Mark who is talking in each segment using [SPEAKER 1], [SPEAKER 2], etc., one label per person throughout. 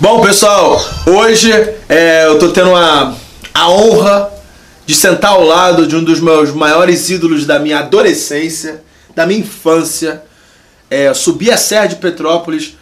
[SPEAKER 1] Bom, pessoal, hoje é, eu tô tendo a, a honra de sentar ao lado de um dos meus maiores ídolos da minha adolescência, da minha infância, é, subir a Serra de Petrópolis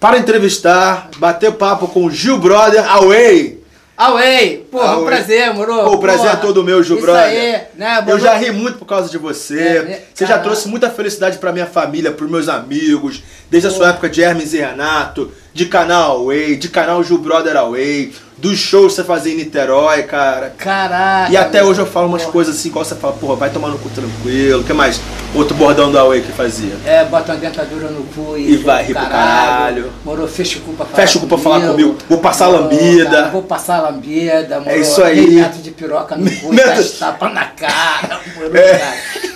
[SPEAKER 1] para entrevistar, bater papo com o Gil Brother Away.
[SPEAKER 2] Away! Porra,
[SPEAKER 1] Away.
[SPEAKER 2] um prazer, moro.
[SPEAKER 1] Pô, o prazer
[SPEAKER 2] Porra,
[SPEAKER 1] é todo meu, Gil
[SPEAKER 2] isso
[SPEAKER 1] Brother.
[SPEAKER 2] aí, né, moro?
[SPEAKER 1] eu já ri muito por causa de você.
[SPEAKER 2] É, né,
[SPEAKER 1] você já
[SPEAKER 2] cara.
[SPEAKER 1] trouxe muita felicidade pra minha família, pros meus amigos, desde a sua época de Hermes e Renato, de canal Away, de canal Gil Brother Away, dos shows que você fazia em Niterói, cara.
[SPEAKER 2] Caraca.
[SPEAKER 1] E até
[SPEAKER 2] meu.
[SPEAKER 1] hoje eu falo umas
[SPEAKER 2] Porra.
[SPEAKER 1] coisas assim, igual você fala, porra, vai tomar no cu tranquilo, o que mais? Outro bordão da Away que fazia.
[SPEAKER 2] É, bota uma dentadura no cu e.
[SPEAKER 1] E vai rir pro caralho.
[SPEAKER 2] Moro, fecha o cu pra falar
[SPEAKER 1] Fecha o cu pra falar comigo. Vou passar lambida. É
[SPEAKER 2] cara, vou passar lambida, moro.
[SPEAKER 1] isso aí.
[SPEAKER 2] Tem Neto de piroca no cu,
[SPEAKER 1] Neto-
[SPEAKER 2] dá tapa na cara, moro,
[SPEAKER 1] É.
[SPEAKER 2] cara.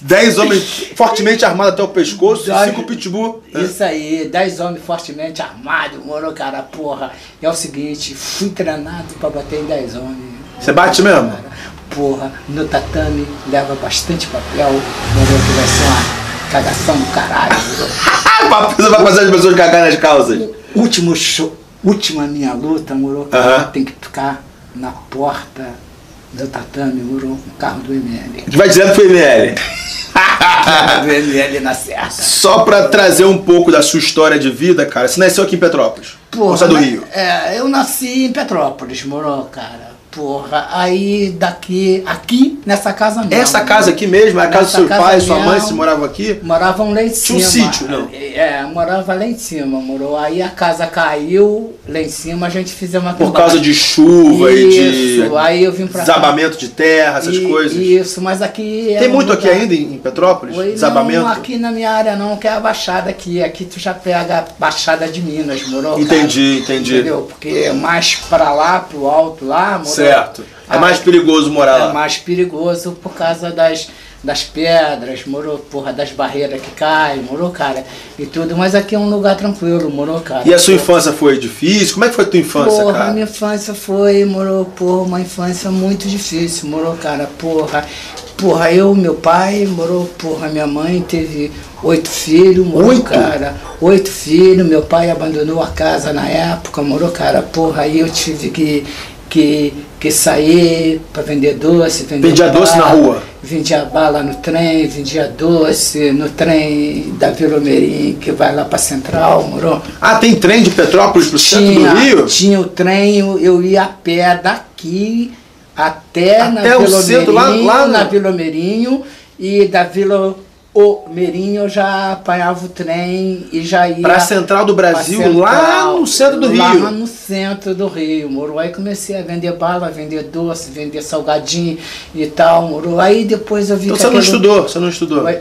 [SPEAKER 1] Dez homens fortemente armados até o pescoço e
[SPEAKER 2] Ai,
[SPEAKER 1] cinco pitbull.
[SPEAKER 2] Isso aí, 10 homens fortemente armados, moro, cara, porra. E é o seguinte, fui treinado pra bater em 10 homens.
[SPEAKER 1] Você bate mesmo?
[SPEAKER 2] Porra, no tatame leva bastante papel, moro, que vai ser uma cagação do caralho, moro.
[SPEAKER 1] Ah, você vai fazer as pessoas cagar nas calças.
[SPEAKER 2] Último show, última minha luta, moro,
[SPEAKER 1] Aham.
[SPEAKER 2] tem que ficar na porta do tatame, moro, no carro do ML.
[SPEAKER 1] Vai direto pro ML.
[SPEAKER 2] do ML na certa.
[SPEAKER 1] Só pra trazer um pouco da sua história de vida, cara, você nasceu aqui em Petrópolis.
[SPEAKER 2] Porra,
[SPEAKER 1] Você é do
[SPEAKER 2] mas-
[SPEAKER 1] Rio.
[SPEAKER 2] É, eu nasci em Petrópolis, moro, cara. Porra, aí daqui, aqui nessa casa mesmo.
[SPEAKER 1] Essa casa aqui mesmo, é a casa do
[SPEAKER 2] Nessa
[SPEAKER 1] seu pai,
[SPEAKER 2] casa
[SPEAKER 1] sua mãe,
[SPEAKER 2] mesmo.
[SPEAKER 1] se morava aqui?
[SPEAKER 2] Moravam lá em
[SPEAKER 1] Tinha
[SPEAKER 2] cima.
[SPEAKER 1] um sítio, não?
[SPEAKER 2] É, morava lá em cima, moro. Aí a casa caiu, lá em cima a gente fez uma
[SPEAKER 1] Por causa de chuva e
[SPEAKER 2] Isso,
[SPEAKER 1] de
[SPEAKER 2] aí eu vim pra cá.
[SPEAKER 1] desabamento de terra, essas
[SPEAKER 2] E-
[SPEAKER 1] coisas.
[SPEAKER 2] Isso, mas aqui. era
[SPEAKER 1] Tem
[SPEAKER 2] um
[SPEAKER 1] muito aqui
[SPEAKER 2] lugar-
[SPEAKER 1] ainda em em Petrópolis?
[SPEAKER 2] Oi,
[SPEAKER 1] Desabamento?
[SPEAKER 2] Não, aqui na minha área não, que é a Baixada aqui. Aqui tu já pega a Baixada de Minas, moro?
[SPEAKER 1] Entendi, entendi.
[SPEAKER 2] Entendeu? Porque é mais pra lá, pro alto lá, moro?
[SPEAKER 1] Certo. É
[SPEAKER 2] Ah,
[SPEAKER 1] mais perigoso morar
[SPEAKER 2] é
[SPEAKER 1] lá.
[SPEAKER 2] mais perigoso por causa das, das pedras, moro? Porra, das barreiras que caem, moro, cara? E tudo. Mas aqui é um lugar tranquilo, moro, cara?
[SPEAKER 1] E a sua infância foi difícil? Como é que foi a tua infância,
[SPEAKER 2] Porra,
[SPEAKER 1] cara?
[SPEAKER 2] minha infância foi, moro, porra, uma infância muito difícil, moro, cara, porra. Porra, eu, meu pai, moro, porra, minha mãe teve oito filhos, moro,
[SPEAKER 1] Oito?
[SPEAKER 2] cara. Oito filhos, meu pai abandonou a casa na época, moro, cara, porra, aí eu tive que, que, que sair pra vender doce, vender
[SPEAKER 1] Vendia doce na rua?
[SPEAKER 2] Vendia bala no trem, vendia doce no trem da Vila Merim, que vai lá pra Central, moro.
[SPEAKER 1] Ah, tem trem de Petrópolis pro centro do Tá Rio?
[SPEAKER 2] Tinha o trem, eu- eu ia a pé daqui até, na
[SPEAKER 1] Até o
[SPEAKER 2] Vila
[SPEAKER 1] centro, lá-
[SPEAKER 2] Meirinho,
[SPEAKER 1] lá no-
[SPEAKER 2] na Vila Meirinho, e da Vila Omerinho eu já apanhava o trem e já ia...
[SPEAKER 1] Pra Central do
[SPEAKER 2] pra
[SPEAKER 1] Brasil, lá no centro do
[SPEAKER 2] lá
[SPEAKER 1] Rio.
[SPEAKER 2] no centro do Rio, moro. Aí comecei a vender bala, vender doce, vender salgadinho e tal, moro. Aí depois eu vi
[SPEAKER 1] Então
[SPEAKER 2] que
[SPEAKER 1] você não
[SPEAKER 2] aquele-
[SPEAKER 1] estudou, você não estudou.
[SPEAKER 2] Oi.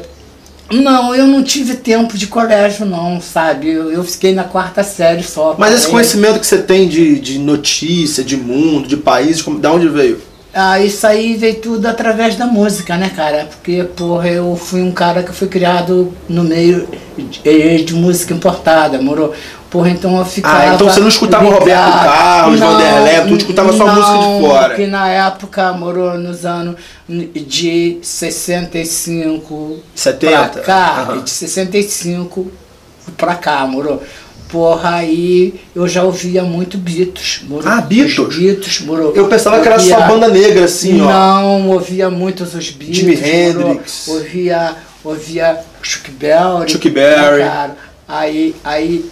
[SPEAKER 2] Não, eu não tive tempo de colégio, não, sabe? Eu, eu fiquei na quarta série só.
[SPEAKER 1] Mas esse
[SPEAKER 2] Aí-
[SPEAKER 1] conhecimento que você tem de, de notícia, de mundo, de países, como, da onde veio?
[SPEAKER 2] Ah, isso aí veio tudo através da música, né, cara? Porque, porra, eu fui um cara que fui criado no meio de, de música importada, moro? Porra, então eu ficava.
[SPEAKER 1] então você não escutava Roberto Carlos,
[SPEAKER 2] Não,
[SPEAKER 1] Vanderlei, tu escutava só
[SPEAKER 2] não,
[SPEAKER 1] música de fora.
[SPEAKER 2] Porque na época, moro, nos anos de 65
[SPEAKER 1] 70?
[SPEAKER 2] pra cá,
[SPEAKER 1] Aham.
[SPEAKER 2] de 65 pra cá, moro? Porra, aí eu já ouvia muito Beatles, moro?
[SPEAKER 1] Ah, Beatles?
[SPEAKER 2] Os Beatles, moro?
[SPEAKER 1] Eu pensava que era
[SPEAKER 2] Ouvia-
[SPEAKER 1] só banda negra, assim, ó.
[SPEAKER 2] não, ouvia muitos os Beatles.
[SPEAKER 1] Jimi
[SPEAKER 2] moro?
[SPEAKER 1] Hendrix.
[SPEAKER 2] Ouvia, ouvia Chuck Berry.
[SPEAKER 1] Chuck Berry.
[SPEAKER 2] né, cara? Aí, aí,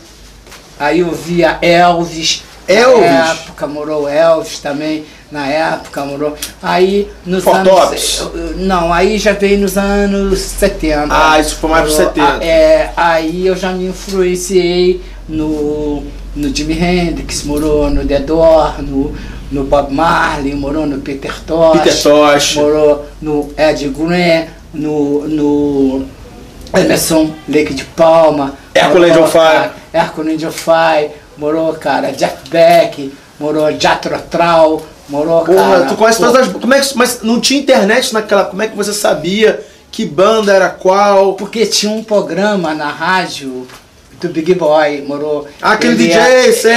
[SPEAKER 2] aí ouvia Elvis.
[SPEAKER 1] Elvis?
[SPEAKER 2] Na época morou Elvis também, na época morou. Aí nos
[SPEAKER 1] Four
[SPEAKER 2] anos.
[SPEAKER 1] Tops?
[SPEAKER 2] Não, aí já veio nos anos 70.
[SPEAKER 1] Ah, isso foi mais pro
[SPEAKER 2] Morou?
[SPEAKER 1] 70.
[SPEAKER 2] Ah, é, aí eu já me influenciei no, no Jimi Hendrix, morou no The Door, no, no Bob Marley, morou no Peter Tosh,
[SPEAKER 1] Peter Tosh.
[SPEAKER 2] morou no Ed Green, no, no Emerson Lake de Palma,
[SPEAKER 1] Hercules
[SPEAKER 2] morou,
[SPEAKER 1] Jofai.
[SPEAKER 2] cara, Hercules Jofai, morou, cara, Jack Beck, morou Jatrotral, morou
[SPEAKER 1] Porra,
[SPEAKER 2] cara,
[SPEAKER 1] tu conhece
[SPEAKER 2] pô,
[SPEAKER 1] todas as. Como é que, mas não tinha internet naquela. Como é que você sabia que banda era qual?
[SPEAKER 2] Porque tinha um programa na rádio do Big Boy, morou.
[SPEAKER 1] Ah, aquele
[SPEAKER 2] ele
[SPEAKER 1] DJ,
[SPEAKER 2] era-
[SPEAKER 1] sei,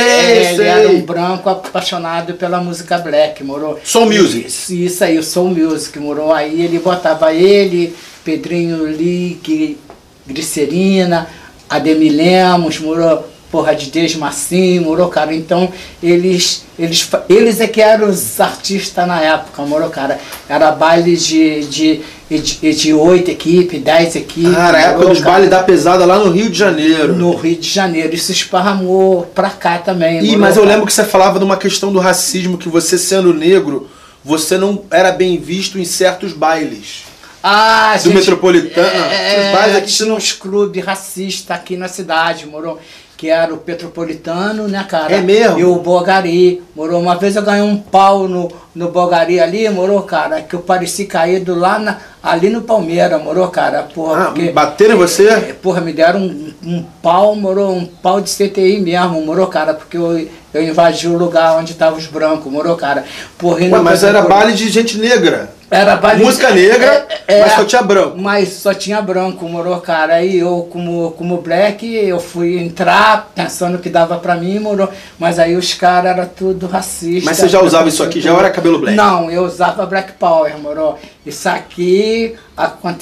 [SPEAKER 2] Ele
[SPEAKER 1] sei.
[SPEAKER 2] era um branco apaixonado pela música black, morou.
[SPEAKER 1] Soul music.
[SPEAKER 2] Isso, isso aí, o Soul Music, morou. Aí ele botava ele, Pedrinho Lee, Gri- Gricerina, Ademir Lemos, morou. Porra de Deus Massim, morou, cara. Então, eles, eles, fa- eles é que eram os artistas na época, morou, cara. Era baile de, de, de, de oito equipes, dez equipes.
[SPEAKER 1] Cara, a Ah, época
[SPEAKER 2] morou,
[SPEAKER 1] dos
[SPEAKER 2] cara.
[SPEAKER 1] bailes da pesada lá no Rio de Janeiro.
[SPEAKER 2] No Rio de Janeiro, isso esparramou pra cá também.
[SPEAKER 1] Ih,
[SPEAKER 2] morou,
[SPEAKER 1] mas eu
[SPEAKER 2] cara.
[SPEAKER 1] lembro que você falava de uma questão do racismo, que você sendo negro, você não era bem visto em certos bailes.
[SPEAKER 2] Ah,
[SPEAKER 1] Do Metropolitana,
[SPEAKER 2] É,
[SPEAKER 1] os bares aqui-
[SPEAKER 2] tinha uns clubes racistas aqui na cidade, morou. Que era o Petropolitano, né, cara?
[SPEAKER 1] É mesmo?
[SPEAKER 2] E o Bogari, morou. Uma vez eu ganhei um pau no, no Bogari ali, morou, cara, que eu pareci caído lá na, ali no Palmeira, morou, cara. Porra,
[SPEAKER 1] Ah,
[SPEAKER 2] porque-
[SPEAKER 1] bateram em você?
[SPEAKER 2] É, Porra, me deram um, um pau, morou, um pau de CTI mesmo, morou, cara, porque eu, eu invadi o lugar onde estavam os brancos, morou, cara. Porra, e
[SPEAKER 1] Ué,
[SPEAKER 2] no
[SPEAKER 1] mas era
[SPEAKER 2] Petropolitano-
[SPEAKER 1] baile de gente negra.
[SPEAKER 2] era baile-
[SPEAKER 1] Música negra,
[SPEAKER 2] É, é,
[SPEAKER 1] mas só tinha branco.
[SPEAKER 2] Mas só tinha branco, morou, cara. Aí eu, como, como black, eu fui entrar pensando que dava pra mim, morou. Mas aí os caras eram tudo racista.
[SPEAKER 1] Mas você já usava isso aqui? Já era cabelo black?
[SPEAKER 2] Não, eu usava black power, morou. Isso aqui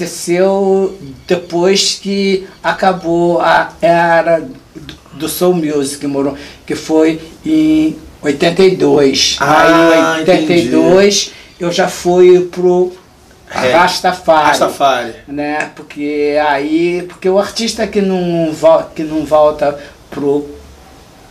[SPEAKER 2] aconteceu depois que acabou a era do- do Soul Music, morou. Que foi em 82.
[SPEAKER 1] Ah,
[SPEAKER 2] aí em 82 eu já fui pro
[SPEAKER 1] É.
[SPEAKER 2] Rastafari,
[SPEAKER 1] Rastafari.
[SPEAKER 2] né? Porque aí, porque o artista que não vol- que não volta pro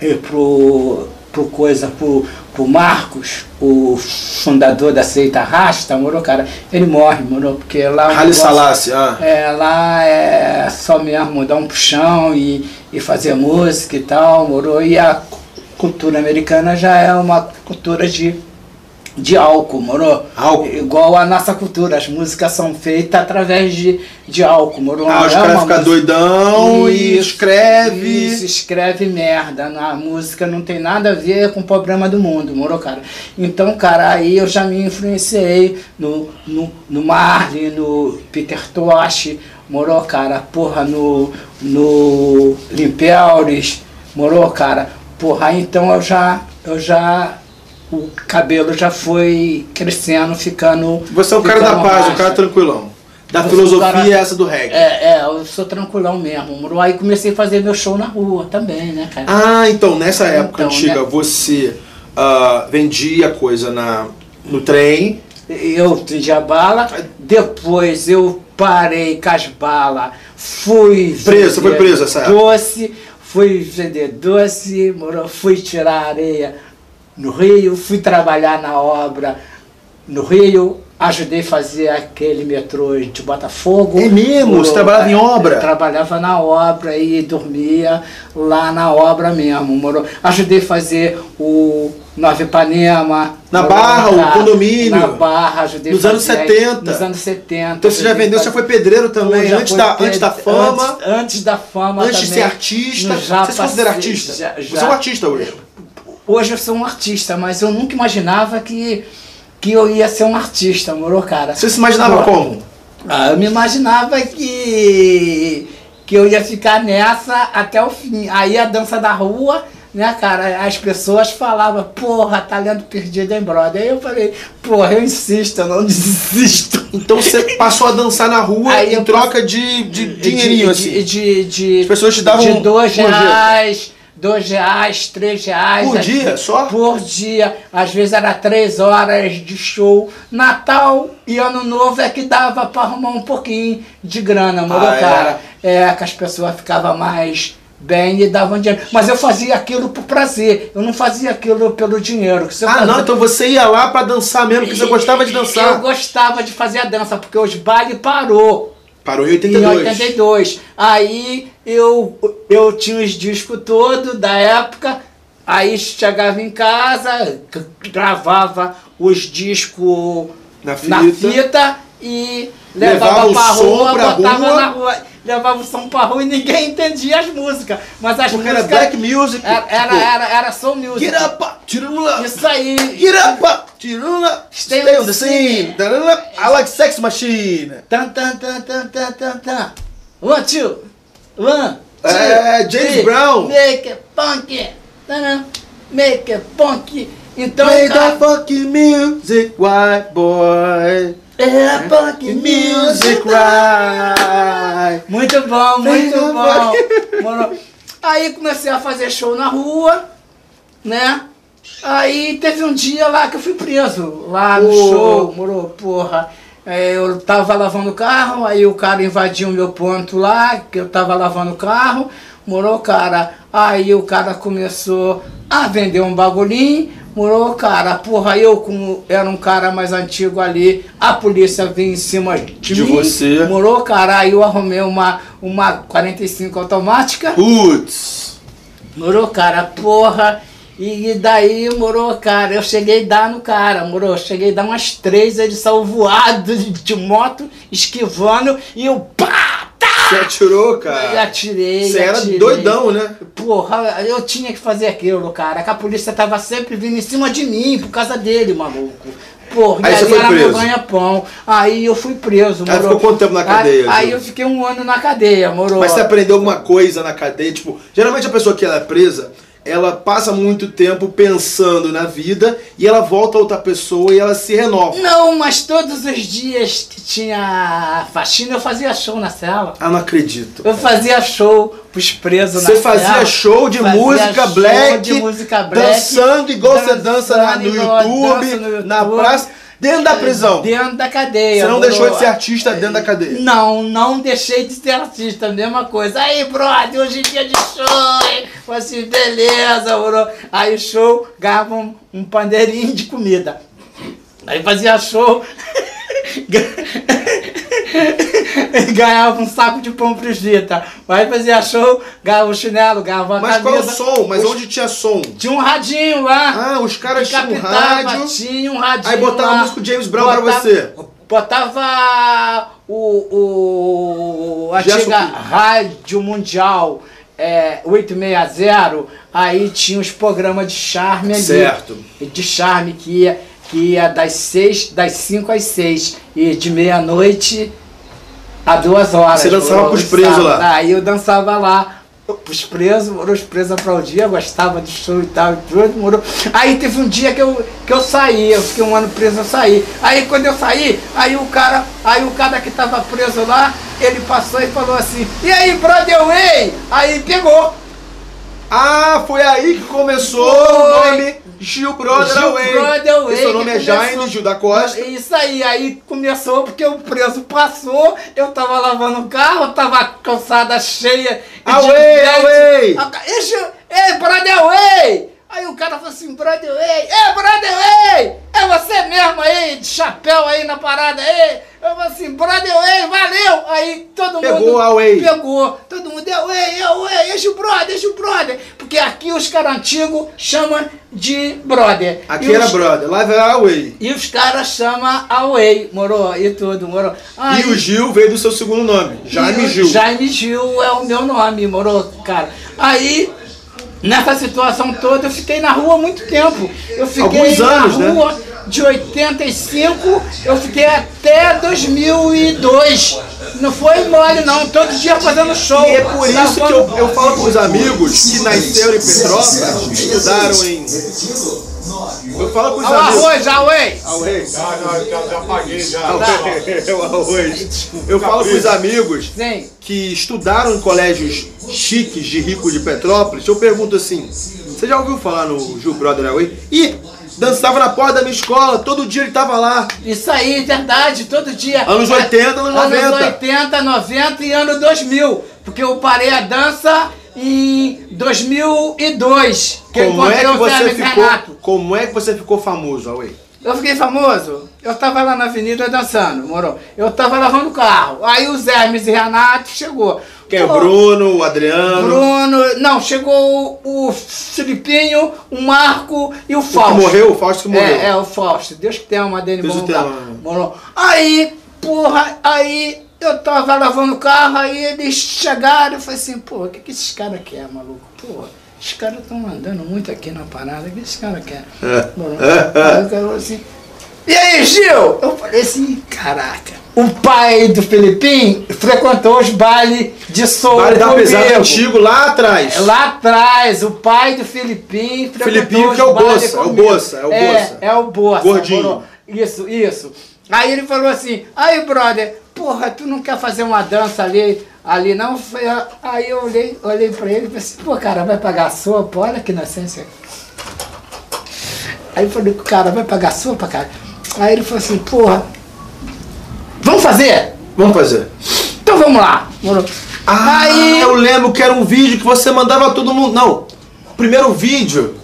[SPEAKER 2] eh, pro pro coisa pro, pro Marcos, o fundador da seita Rasta, morou, cara, ele morre, morou, porque lá o
[SPEAKER 1] Haile
[SPEAKER 2] negócio-
[SPEAKER 1] Selassie, ah.
[SPEAKER 2] é, lá é só mesmo dar um puxão e, e fazer música e tal, morou. E a cu- cultura americana já é uma cultura de, de álcool, morou?
[SPEAKER 1] Álcool.
[SPEAKER 2] Igual a nossa cultura, as músicas são feitas através de, de álcool, morou?
[SPEAKER 1] Ah,
[SPEAKER 2] Não
[SPEAKER 1] os
[SPEAKER 2] é
[SPEAKER 1] caras
[SPEAKER 2] uma
[SPEAKER 1] ficam
[SPEAKER 2] música-
[SPEAKER 1] doidão Então, e
[SPEAKER 2] Isso,
[SPEAKER 1] escreve.
[SPEAKER 2] Isso, escreve merda. A música não tem nada a ver com o problema do mundo, moro, cara? Então, cara, aí eu já me influenciei no, no, no Marley, no Peter Tosh, moro, cara? Porra, no, no Limpelres, moro, cara? Porra, aí então eu já, eu já. O cabelo já foi crescendo, ficando.
[SPEAKER 1] Você é o cara da
[SPEAKER 2] ficando
[SPEAKER 1] paz, o
[SPEAKER 2] rasta.
[SPEAKER 1] cara tranquilão. Da
[SPEAKER 2] Eu sou
[SPEAKER 1] filosofia
[SPEAKER 2] o é um cara-
[SPEAKER 1] essa do reggae.
[SPEAKER 2] É, é, eu sou tranquilão mesmo. moro. Aí comecei a fazer meu show na rua também, né, cara?
[SPEAKER 1] Ah, então nessa época
[SPEAKER 2] Então,
[SPEAKER 1] antiga
[SPEAKER 2] né?
[SPEAKER 1] você ah, vendia coisa na, no trem.
[SPEAKER 2] Eu tinha bala, depois eu parei com as balas, fui.
[SPEAKER 1] Preso, você foi
[SPEAKER 2] vender
[SPEAKER 1] preso essa época?
[SPEAKER 2] Doce, fui vender doce, moro, fui tirar areia no Rio, fui trabalhar na obra no Rio, ajudei a fazer aquele metrô de Botafogo.
[SPEAKER 1] É mesmo? Você trabalhava em obra?
[SPEAKER 2] Trabalhava na obra e dormia lá na obra mesmo, moro. Ajudei a fazer o Nova Ipanema.
[SPEAKER 1] Na
[SPEAKER 2] morou
[SPEAKER 1] Barra, o
[SPEAKER 2] na-
[SPEAKER 1] condomínio.
[SPEAKER 2] Na Barra, ajudei
[SPEAKER 1] Nos
[SPEAKER 2] fazer
[SPEAKER 1] anos
[SPEAKER 2] aí,
[SPEAKER 1] 70.
[SPEAKER 2] Nos anos 70.
[SPEAKER 1] Então você já
[SPEAKER 2] ajudei
[SPEAKER 1] vendeu,
[SPEAKER 2] fazer-
[SPEAKER 1] você foi pedreiro também,
[SPEAKER 2] já
[SPEAKER 1] antes,
[SPEAKER 2] foi
[SPEAKER 1] da,
[SPEAKER 2] pedre-
[SPEAKER 1] antes da fama,
[SPEAKER 2] Antes, antes da fama
[SPEAKER 1] antes, de ser
[SPEAKER 2] também.
[SPEAKER 1] artista.
[SPEAKER 2] Eu
[SPEAKER 1] Você
[SPEAKER 2] já
[SPEAKER 1] se considera
[SPEAKER 2] passei-
[SPEAKER 1] artista?
[SPEAKER 2] já-
[SPEAKER 1] Você é um
[SPEAKER 2] já-
[SPEAKER 1] artista hoje.
[SPEAKER 2] Hoje eu sou um artista, mas eu nunca imaginava que, que eu ia ser um artista, moro, cara?
[SPEAKER 1] Você se imaginava
[SPEAKER 2] Moro.
[SPEAKER 1] como?
[SPEAKER 2] Ah, eu me imaginava que, que eu ia ficar nessa até o fim. Aí a dança da rua, né, cara? As pessoas falavam, porra, talento perdido em brother. Aí eu falei, porra, eu insisto, eu não desisto.
[SPEAKER 1] Então você passou a dançar na rua
[SPEAKER 2] Aí
[SPEAKER 1] em
[SPEAKER 2] eu
[SPEAKER 1] troca de, de dinheirinho,
[SPEAKER 2] de,
[SPEAKER 1] assim.
[SPEAKER 2] De, de, de-
[SPEAKER 1] As pessoas te davam
[SPEAKER 2] de dois
[SPEAKER 1] um- um
[SPEAKER 2] reais, dois reais, três reais.
[SPEAKER 1] Por
[SPEAKER 2] às-
[SPEAKER 1] dia, só?
[SPEAKER 2] Por dia. Às vezes era três horas de show. Natal e Ano Novo é que dava pra arrumar um pouquinho de grana, moro,
[SPEAKER 1] Ah, é?
[SPEAKER 2] cara? É? que as pessoas ficavam mais bem e davam dinheiro. Mas eu fazia aquilo por prazer. Eu não fazia aquilo pelo dinheiro. que se eu
[SPEAKER 1] Ah, não,
[SPEAKER 2] fazia-
[SPEAKER 1] então você ia lá pra dançar mesmo, porque você gostava de
[SPEAKER 2] né? Eu
[SPEAKER 1] dançar.
[SPEAKER 2] gostava de fazer a dança, porque os bailes parou
[SPEAKER 1] Parou em
[SPEAKER 2] em
[SPEAKER 1] 82.
[SPEAKER 2] 82. Aí eu, eu tinha os discos todos da época, aí chegava em casa, g- gravava os discos
[SPEAKER 1] Na
[SPEAKER 2] na
[SPEAKER 1] fita.
[SPEAKER 2] fita e
[SPEAKER 1] Levava
[SPEAKER 2] levava
[SPEAKER 1] o
[SPEAKER 2] pra
[SPEAKER 1] som
[SPEAKER 2] rua,
[SPEAKER 1] pra
[SPEAKER 2] botava
[SPEAKER 1] rua.
[SPEAKER 2] na rua. levava o som pra rua e ninguém entendia as músicas. Mas as
[SPEAKER 1] Porque era
[SPEAKER 2] músicas.
[SPEAKER 1] black music.
[SPEAKER 2] era, era, era, era soul
[SPEAKER 1] pô.
[SPEAKER 2] music.
[SPEAKER 1] Get up, uh, tirula.
[SPEAKER 2] Isso aí.
[SPEAKER 1] Get up, uh, tirula.
[SPEAKER 2] Stay
[SPEAKER 1] Stay,
[SPEAKER 2] on
[SPEAKER 1] on
[SPEAKER 2] the
[SPEAKER 1] the scene.
[SPEAKER 2] scene.
[SPEAKER 1] Tarana, I like sex machine.
[SPEAKER 2] Tan, tan, tan, tan, tan, tan, tan. One, two. One, two,
[SPEAKER 1] É, James
[SPEAKER 2] three.
[SPEAKER 1] Brown.
[SPEAKER 2] Make it punk. Tanã. Make it punk. Então,
[SPEAKER 1] Play
[SPEAKER 2] cara,
[SPEAKER 1] the fucking music, white boy. Eh?
[SPEAKER 2] é punk
[SPEAKER 1] Music right.
[SPEAKER 2] Muito bom,
[SPEAKER 1] Play
[SPEAKER 2] muito
[SPEAKER 1] the
[SPEAKER 2] bom. Moro. Aí comecei a fazer show na rua, né? Aí teve um dia lá que eu fui preso, lá no
[SPEAKER 1] Pô.
[SPEAKER 2] show, moro, porra. É, Eu tava lavando o carro, aí o cara invadiu o meu ponto lá, que eu tava lavando o carro, morou, cara. Aí o cara começou a vender um bagulhinho, morou, cara. Porra, eu, como era um cara mais antigo ali, a polícia vinha em cima de,
[SPEAKER 1] De
[SPEAKER 2] mim,
[SPEAKER 1] você.
[SPEAKER 2] Morou, cara. Aí eu arrumei uma, uma 45 automática.
[SPEAKER 1] Putz.
[SPEAKER 2] Morou, cara, porra. E daí, morou, cara, eu cheguei a dar no cara, morou. Cheguei a dar umas três, ele saiu voado de, de moto, esquivando, e eu pá, tá!
[SPEAKER 1] Você atirou,
[SPEAKER 2] E
[SPEAKER 1] cara.
[SPEAKER 2] atirei,
[SPEAKER 1] Você era
[SPEAKER 2] atirei.
[SPEAKER 1] doidão, né?
[SPEAKER 2] Porra, eu tinha que fazer aquilo, cara. Que a polícia tava sempre vindo em cima de mim por causa dele, maluco. Porra,
[SPEAKER 1] Aí
[SPEAKER 2] e
[SPEAKER 1] você foi
[SPEAKER 2] era meu
[SPEAKER 1] preso.
[SPEAKER 2] ganha-pão. Aí eu fui preso,
[SPEAKER 1] Aí ficou quanto tempo na cadeia,
[SPEAKER 2] Aí, aí
[SPEAKER 1] Gil?
[SPEAKER 2] eu fiquei um ano na cadeia, moro.
[SPEAKER 1] Mas você aprendeu alguma coisa na cadeia? Tipo, geralmente a pessoa que ela é presa, ela passa muito tempo pensando na vida e ela volta a outra pessoa e ela se renova.
[SPEAKER 2] Não, mas todos os dias que tinha faxina, eu fazia show na cela.
[SPEAKER 1] Ah, não acredito.
[SPEAKER 2] Eu fazia show pros presos
[SPEAKER 1] Você
[SPEAKER 2] na cela.
[SPEAKER 1] fazia show de
[SPEAKER 2] Fazia
[SPEAKER 1] música
[SPEAKER 2] show
[SPEAKER 1] black,
[SPEAKER 2] de música black,
[SPEAKER 1] dançando igual você dança na- no,
[SPEAKER 2] dançando igual eu
[SPEAKER 1] YouTube,
[SPEAKER 2] danço no
[SPEAKER 1] na
[SPEAKER 2] YouTube.
[SPEAKER 1] praça, dentro da prisão.
[SPEAKER 2] Dentro da cadeia.
[SPEAKER 1] Você não
[SPEAKER 2] moro.
[SPEAKER 1] deixou de ser artista dentro da cadeia.
[SPEAKER 2] Não, não deixei de ser artista, mesma coisa. Aí, brother, hoje é dia de show, hein? Falei assim, beleza, bro. Aí, show, ganhava um, um pandeirinho de comida. Aí fazia show, gan- ganhava um saco de pão frigita. Aí fazia show, ganhava um chinelo, ganhava uma
[SPEAKER 1] Mas qual é
[SPEAKER 2] camisa.
[SPEAKER 1] o som? Mas
[SPEAKER 2] Os-
[SPEAKER 1] onde tinha som?
[SPEAKER 2] Tinha um radinho lá.
[SPEAKER 1] Ah, os caras tinham um
[SPEAKER 2] Capitava,
[SPEAKER 1] rádio.
[SPEAKER 2] tinha um radinho
[SPEAKER 1] Aí botava
[SPEAKER 2] lá.
[SPEAKER 1] a música do James Brown pra você.
[SPEAKER 2] Botava o, o a
[SPEAKER 1] Gerson
[SPEAKER 2] antiga
[SPEAKER 1] Pires.
[SPEAKER 2] Rádio Mundial é, 860, aí tinha os programas de charme ali.
[SPEAKER 1] Certo.
[SPEAKER 2] De charme que ia, que ia das 6, das 5 às 6 e de meia-noite a duas horas.
[SPEAKER 1] Você dançava
[SPEAKER 2] Eu
[SPEAKER 1] pros presos lá?
[SPEAKER 2] Aí eu dançava lá. Os presos, morou, os presos aplaudiam, gostava do show e tal, e tudo, morou. Aí teve um dia que eu, que eu saí, eu fiquei um ano preso, eu saí. Aí quando eu saí, aí o cara, aí o cara que tava preso lá, ele passou e falou assim, e aí, brother Way? Aí pegou.
[SPEAKER 1] Ah, foi aí que começou o
[SPEAKER 2] Foi.
[SPEAKER 1] nome Gil Brother
[SPEAKER 2] Gil
[SPEAKER 1] Away.
[SPEAKER 2] Brother Way,
[SPEAKER 1] E seu nome
[SPEAKER 2] que
[SPEAKER 1] é Jaime
[SPEAKER 2] começou.
[SPEAKER 1] Gil da Costa.
[SPEAKER 2] Isso aí, aí começou porque o preso passou, eu tava lavando o carro, tava a calçada cheia. de
[SPEAKER 1] Away,
[SPEAKER 2] gente.
[SPEAKER 1] away!
[SPEAKER 2] A ca- Ixi, Ei, brother, away! Aí o cara falou assim, brother, away! Ei, brother, away! É você mesmo aí, de chapéu aí na parada, ei! Eu falei assim, brother, away, valeu! Aí todo
[SPEAKER 1] Pegou
[SPEAKER 2] mundo...
[SPEAKER 1] o away.
[SPEAKER 2] Pegou, todo mundo, é, away, away, deixa o brother, deixa o brother! Porque aqui os caras antigos chamam de brother.
[SPEAKER 1] Aqui
[SPEAKER 2] E
[SPEAKER 1] era
[SPEAKER 2] os-
[SPEAKER 1] Brother, lá era Away.
[SPEAKER 2] e os caras chamam Away, moro, e tudo, moro. Aí-
[SPEAKER 1] E o Gil veio do seu segundo nome,
[SPEAKER 2] e o
[SPEAKER 1] Jaime Gil.
[SPEAKER 2] Jaime Gil é o meu nome, moro, cara. Aí, nessa situação toda, eu fiquei na rua muito tempo. Eu fiquei
[SPEAKER 1] Alguns anos,
[SPEAKER 2] na
[SPEAKER 1] né?
[SPEAKER 2] rua de 85, eu fiquei até 2002. Não foi mole, não. Todo dia fazendo show.
[SPEAKER 1] E é por isso que eu,
[SPEAKER 2] Gravando-
[SPEAKER 1] eu falo pros amigos que nasceram em Petrópolis, estudaram em... Eu falo pros
[SPEAKER 2] Olha o
[SPEAKER 1] amigos...
[SPEAKER 2] arroz, Away.
[SPEAKER 1] Away.
[SPEAKER 3] Já, já, Ah, já, já paguei, já.
[SPEAKER 1] Eu, arroz. eu falo pros amigos
[SPEAKER 2] Sim.
[SPEAKER 1] que estudaram em colégios chiques de rico de Petrópolis, eu pergunto assim: você já ouviu falar no Gil Brother Away? Ih, dançava na porta da minha escola, todo dia ele tava lá.
[SPEAKER 2] Isso aí, verdade, todo dia. É,
[SPEAKER 1] Anos 80, anos 90.
[SPEAKER 2] 80, 90 e ano 2000. Porque eu parei a dança em 2002. Que eu
[SPEAKER 1] Como é
[SPEAKER 2] encontrei
[SPEAKER 1] que
[SPEAKER 2] o
[SPEAKER 1] você
[SPEAKER 2] Hermes
[SPEAKER 1] ficou?
[SPEAKER 2] Renato.
[SPEAKER 1] Como é que você ficou famoso, Away?
[SPEAKER 2] Eu fiquei famoso. Eu tava lá na avenida dançando, moro. Eu tava lavando o carro. Aí o Zé Hermes Renato chegou.
[SPEAKER 1] Quem é o
[SPEAKER 2] Pô,
[SPEAKER 1] Bruno, o Adriano,
[SPEAKER 2] Bruno, não, chegou o, o Filipinho, o Marco e o
[SPEAKER 1] o que
[SPEAKER 2] Fausto.
[SPEAKER 1] morreu, o Fausto que morreu.
[SPEAKER 2] É, é, o Fausto. Deus que tem uma dele
[SPEAKER 1] Deus
[SPEAKER 2] bom
[SPEAKER 1] que
[SPEAKER 2] lugar.
[SPEAKER 1] tenha uma.
[SPEAKER 2] Morou. Aí, porra, aí Eu tava lavando o carro, aí eles chegaram, eu falei assim, pô, o que, que esses caras querem, maluco? Pô, esses caras estão andando muito aqui na parada, o que esses caras querem?
[SPEAKER 1] É.
[SPEAKER 2] Bom, aí o cara falou assim, e aí, Gil? Eu falei assim, caraca. O pai do Filipim frequentou os bailes de soul
[SPEAKER 1] Vale da
[SPEAKER 2] comigo.
[SPEAKER 1] pesada antigo lá atrás.
[SPEAKER 2] É Lá atrás, o pai do Filipim. frequentou
[SPEAKER 1] Filipinho,
[SPEAKER 2] os
[SPEAKER 1] que é o
[SPEAKER 2] bailes
[SPEAKER 1] Bossa, é o
[SPEAKER 2] comigo.
[SPEAKER 1] Bossa, é o Bossa.
[SPEAKER 2] É, é o Bossa.
[SPEAKER 1] Gordinho.
[SPEAKER 2] moro? Isso, isso. Aí ele falou assim, aí brother, porra, tu não quer fazer uma dança ali, ali não? Foi- Aí eu olhei, olhei pra ele e pensei, pô cara, vai pagar sopa, olha que inocência. Aí eu falei, cara, vai pagar sopa, cara? Aí ele falou assim, porra, vamos fazer?
[SPEAKER 1] Vamos fazer.
[SPEAKER 2] Então vamos lá. moro?
[SPEAKER 1] Ah,
[SPEAKER 2] aí
[SPEAKER 1] eu lembro que era um vídeo que você mandava todo mundo. Não. O primeiro vídeo.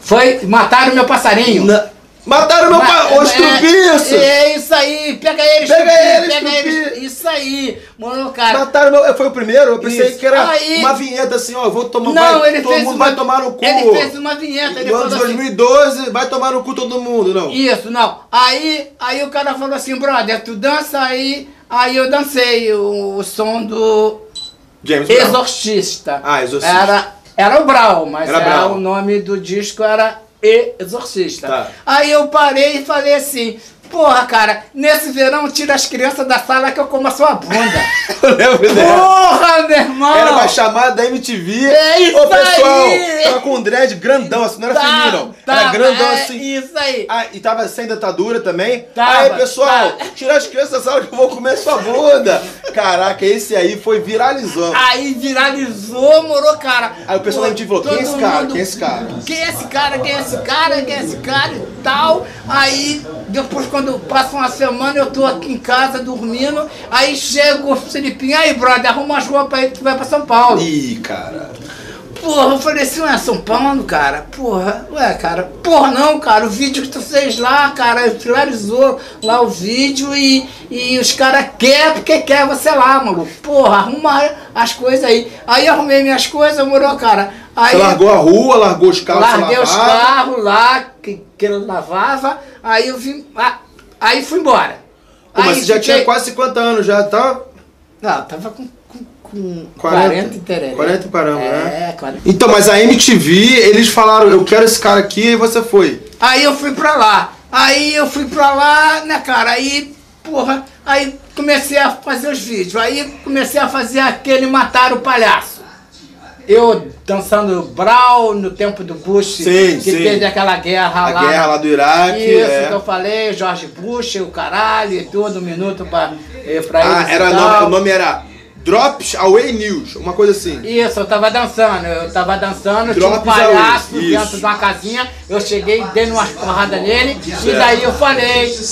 [SPEAKER 2] foi, mataram meu passarinho.
[SPEAKER 1] na- Mataram meu pai. Ô,
[SPEAKER 2] É,
[SPEAKER 1] estrupiço!
[SPEAKER 2] É, isso aí, pega eles,
[SPEAKER 1] Pega
[SPEAKER 2] Tupi,
[SPEAKER 1] eles, Tupi.
[SPEAKER 2] Isso aí, mano, cara.
[SPEAKER 1] Mataram meu. Foi o primeiro? Eu pensei
[SPEAKER 2] Ah. Isso.
[SPEAKER 1] que era
[SPEAKER 2] Aí-
[SPEAKER 1] uma vinheta assim, ó. Vou tomar.
[SPEAKER 2] não,
[SPEAKER 1] vai,
[SPEAKER 2] ele
[SPEAKER 1] todo
[SPEAKER 2] fez
[SPEAKER 1] mundo
[SPEAKER 2] uma,
[SPEAKER 1] vai tomar no cu.
[SPEAKER 2] Ele fez uma vinheta, ele
[SPEAKER 1] No ano
[SPEAKER 2] falou
[SPEAKER 1] de
[SPEAKER 2] assim.
[SPEAKER 1] 2012, vai tomar no cu todo mundo, não.
[SPEAKER 2] Isso, não. Aí, aí o cara falou assim, brother, tu dança aí. Aí eu dancei o, o som do
[SPEAKER 1] James Brown.
[SPEAKER 2] Exorcista.
[SPEAKER 1] Ah, Exorcista.
[SPEAKER 2] Era, era o Brau, mas
[SPEAKER 1] Era
[SPEAKER 2] era
[SPEAKER 1] Brau.
[SPEAKER 2] o nome do disco era Exorcista.
[SPEAKER 1] Tá.
[SPEAKER 2] Aí eu parei e falei assim, porra, cara, nesse verão tira as crianças da sala que eu como a sua bunda.
[SPEAKER 1] Eu lembro dela.
[SPEAKER 2] Porra, meu irmão!
[SPEAKER 1] Era uma chamada da MTV.
[SPEAKER 2] É isso
[SPEAKER 1] Ô, pessoal,
[SPEAKER 2] aí!
[SPEAKER 1] tava com um dread grandão, assim, não era fininho, não. Era
[SPEAKER 2] tava,
[SPEAKER 1] grandão,
[SPEAKER 2] Tá, é
[SPEAKER 1] assim.
[SPEAKER 2] Isso aí.
[SPEAKER 1] Ah, e tava sem dentadura também.
[SPEAKER 2] Tava, tá.
[SPEAKER 1] aí, pessoal,
[SPEAKER 2] tava.
[SPEAKER 1] tirar as crianças da sala que eu vou comer sua bunda. Caraca, esse aí foi viralizando.
[SPEAKER 2] Aí viralizou, morou, cara.
[SPEAKER 1] Aí o pessoal da MTV falou, quem é esse
[SPEAKER 2] todo
[SPEAKER 1] cara? Quem é esse cara?
[SPEAKER 2] Quem é esse cara? Quem é esse cara? Quem é esse cara? E tal. Aí, depois, quando passa uma semana, eu tô aqui em casa dormindo. Aí chega o Filipinho, aí, brother, arruma as roupas aí que tu vai pra São Paulo.
[SPEAKER 1] Ih, cara.
[SPEAKER 2] Porra, eu falei assim, ué, São Paulo, cara, porra, ué, cara, porra não, cara, o vídeo que tu fez lá, cara, finalizou lá o vídeo e, e os caras querem porque quer você lá, maluco. Porra, arruma as coisas aí. Aí eu arrumei minhas coisas, morou, cara. Aí
[SPEAKER 1] Você largou a rua, largou os carros,
[SPEAKER 2] larguei
[SPEAKER 1] você
[SPEAKER 2] os
[SPEAKER 1] lavava.
[SPEAKER 2] carros lá, que, que eu lavava, aí eu vim. ah, aí fui embora.
[SPEAKER 1] Pô, mas
[SPEAKER 2] Aí
[SPEAKER 1] você já
[SPEAKER 2] fiquei-
[SPEAKER 1] tinha quase 50 anos, já tá?
[SPEAKER 2] Não, tava com, com, com 40,
[SPEAKER 1] 40
[SPEAKER 2] e tereré.
[SPEAKER 1] 40 e caramba, né?
[SPEAKER 2] É, 40
[SPEAKER 1] Então, mas a MTV, eles falaram, eu quero esse cara aqui, e você foi.
[SPEAKER 2] Aí eu fui pra lá. Aí eu fui pra lá, né, cara? Aí, porra, aí comecei a fazer os vídeos. Aí comecei a fazer aquele matar o palhaço. Eu dançando Brau no tempo do Bush,
[SPEAKER 1] Sim,
[SPEAKER 2] que
[SPEAKER 1] sim.
[SPEAKER 2] teve aquela guerra
[SPEAKER 1] A
[SPEAKER 2] lá.
[SPEAKER 1] guerra lá do Iraque,
[SPEAKER 2] Isso então,
[SPEAKER 1] é.
[SPEAKER 2] que eu falei, Jorge Bush, o caralho, e tudo, um minuto pra, eh, pra
[SPEAKER 1] Ah,
[SPEAKER 2] eles e
[SPEAKER 1] era
[SPEAKER 2] tal.
[SPEAKER 1] nome- o nome era Drops Away News, uma coisa assim.
[SPEAKER 2] Isso, eu tava dançando, eu tava dançando, tinha um
[SPEAKER 1] Drops Away,
[SPEAKER 2] palhaço
[SPEAKER 1] isso.
[SPEAKER 2] dentro de uma casinha, eu cheguei, dei umas porradas nele, e daí eu falei que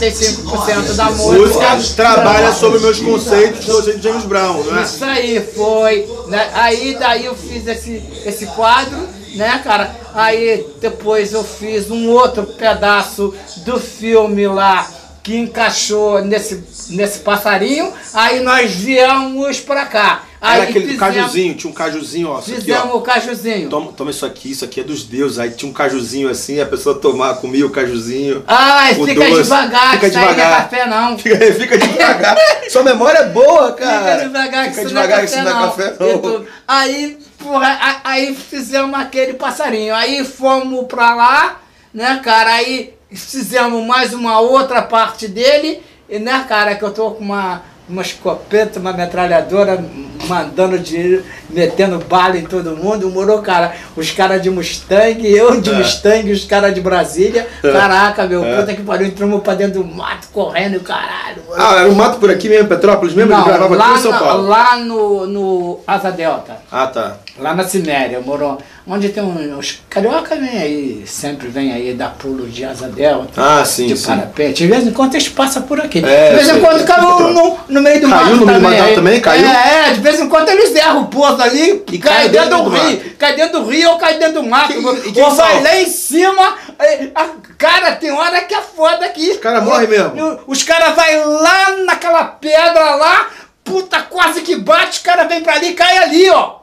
[SPEAKER 2] 85% da música.
[SPEAKER 1] Música trabalha sobre meus conceitos do jeito de James Brown, não é?
[SPEAKER 2] Isso aí foi. né? Aí daí eu fiz esse, esse quadro, né, cara? Aí depois eu fiz um outro pedaço do filme lá que encaixou nesse, nesse passarinho, aí nós viemos pra cá. Aí
[SPEAKER 1] Era aquele do
[SPEAKER 2] fizemos-
[SPEAKER 1] cajuzinho, tinha um cajuzinho, ó. isso aqui, ó.
[SPEAKER 2] Fizemos o cajuzinho.
[SPEAKER 1] Toma, toma isso aqui, isso aqui é dos deuses. Aí tinha um cajuzinho assim, a pessoa tomar, comia o cajuzinho.
[SPEAKER 2] Ai,
[SPEAKER 1] o
[SPEAKER 2] Ah, fica
[SPEAKER 1] doce.
[SPEAKER 2] devagar,
[SPEAKER 1] fica
[SPEAKER 2] isso aí não é
[SPEAKER 1] devagar.
[SPEAKER 2] café não. Fica
[SPEAKER 1] Fica, fica devagar. Sua memória é boa, cara.
[SPEAKER 2] devagar, que
[SPEAKER 1] Fica
[SPEAKER 2] isso
[SPEAKER 1] devagar, que isso
[SPEAKER 2] não é café não.
[SPEAKER 1] não.
[SPEAKER 2] E tu- Aí, porra, a- aí fizemos aquele passarinho. Aí fomos pra lá, né, cara? Aí fizemos mais uma outra parte dele. E, né, cara, que eu tô com uma, uma escopeta, uma metralhadora, mandando dinheiro, metendo bala em todo mundo. Morou, cara, os caras de Mustang, eu
[SPEAKER 1] É.
[SPEAKER 2] de Mustang, os caras de Brasília. Caraca, meu, puta que pariu, entramos pra dentro do mato, correndo, caralho. morou.
[SPEAKER 1] Ah, era um mato por aqui mesmo, Petrópolis mesmo?
[SPEAKER 2] Não,
[SPEAKER 1] ele gravava
[SPEAKER 2] lá,
[SPEAKER 1] aqui em São
[SPEAKER 2] na-
[SPEAKER 1] Paulo.
[SPEAKER 2] lá no, no Asa Delta,
[SPEAKER 1] Ah, tá.
[SPEAKER 2] lá na Ciméria, morou. Onde tem uns. Carioca vem aí, sempre vem aí dar pulo de Asa Delta.
[SPEAKER 1] Ah, sim,
[SPEAKER 2] De
[SPEAKER 1] sim.
[SPEAKER 2] parapete, de vez em quando eles passam por aqui.
[SPEAKER 1] É,
[SPEAKER 2] de vez
[SPEAKER 1] sei.
[SPEAKER 2] em quando caiu no, no meio do
[SPEAKER 1] Caiu
[SPEAKER 2] mato.
[SPEAKER 1] no meio do mato
[SPEAKER 2] aí.
[SPEAKER 1] também? Caiu?
[SPEAKER 2] É, é, de vez em quando eles erram o poço ali
[SPEAKER 1] cai
[SPEAKER 2] e cai,
[SPEAKER 1] dentro
[SPEAKER 2] dentro do
[SPEAKER 1] do
[SPEAKER 2] rio. Cai dentro do rio ou cai dentro do mato.
[SPEAKER 1] Que- e quem
[SPEAKER 2] ou vai
[SPEAKER 1] salva?
[SPEAKER 2] lá em cima. é, a- cara, tem hora que é foda aqui. Os
[SPEAKER 1] cara morre mesmo.
[SPEAKER 2] os caras vai lá naquela pedra lá, puta, quase que bate, os caras vêm pra ali e caem ali, ó.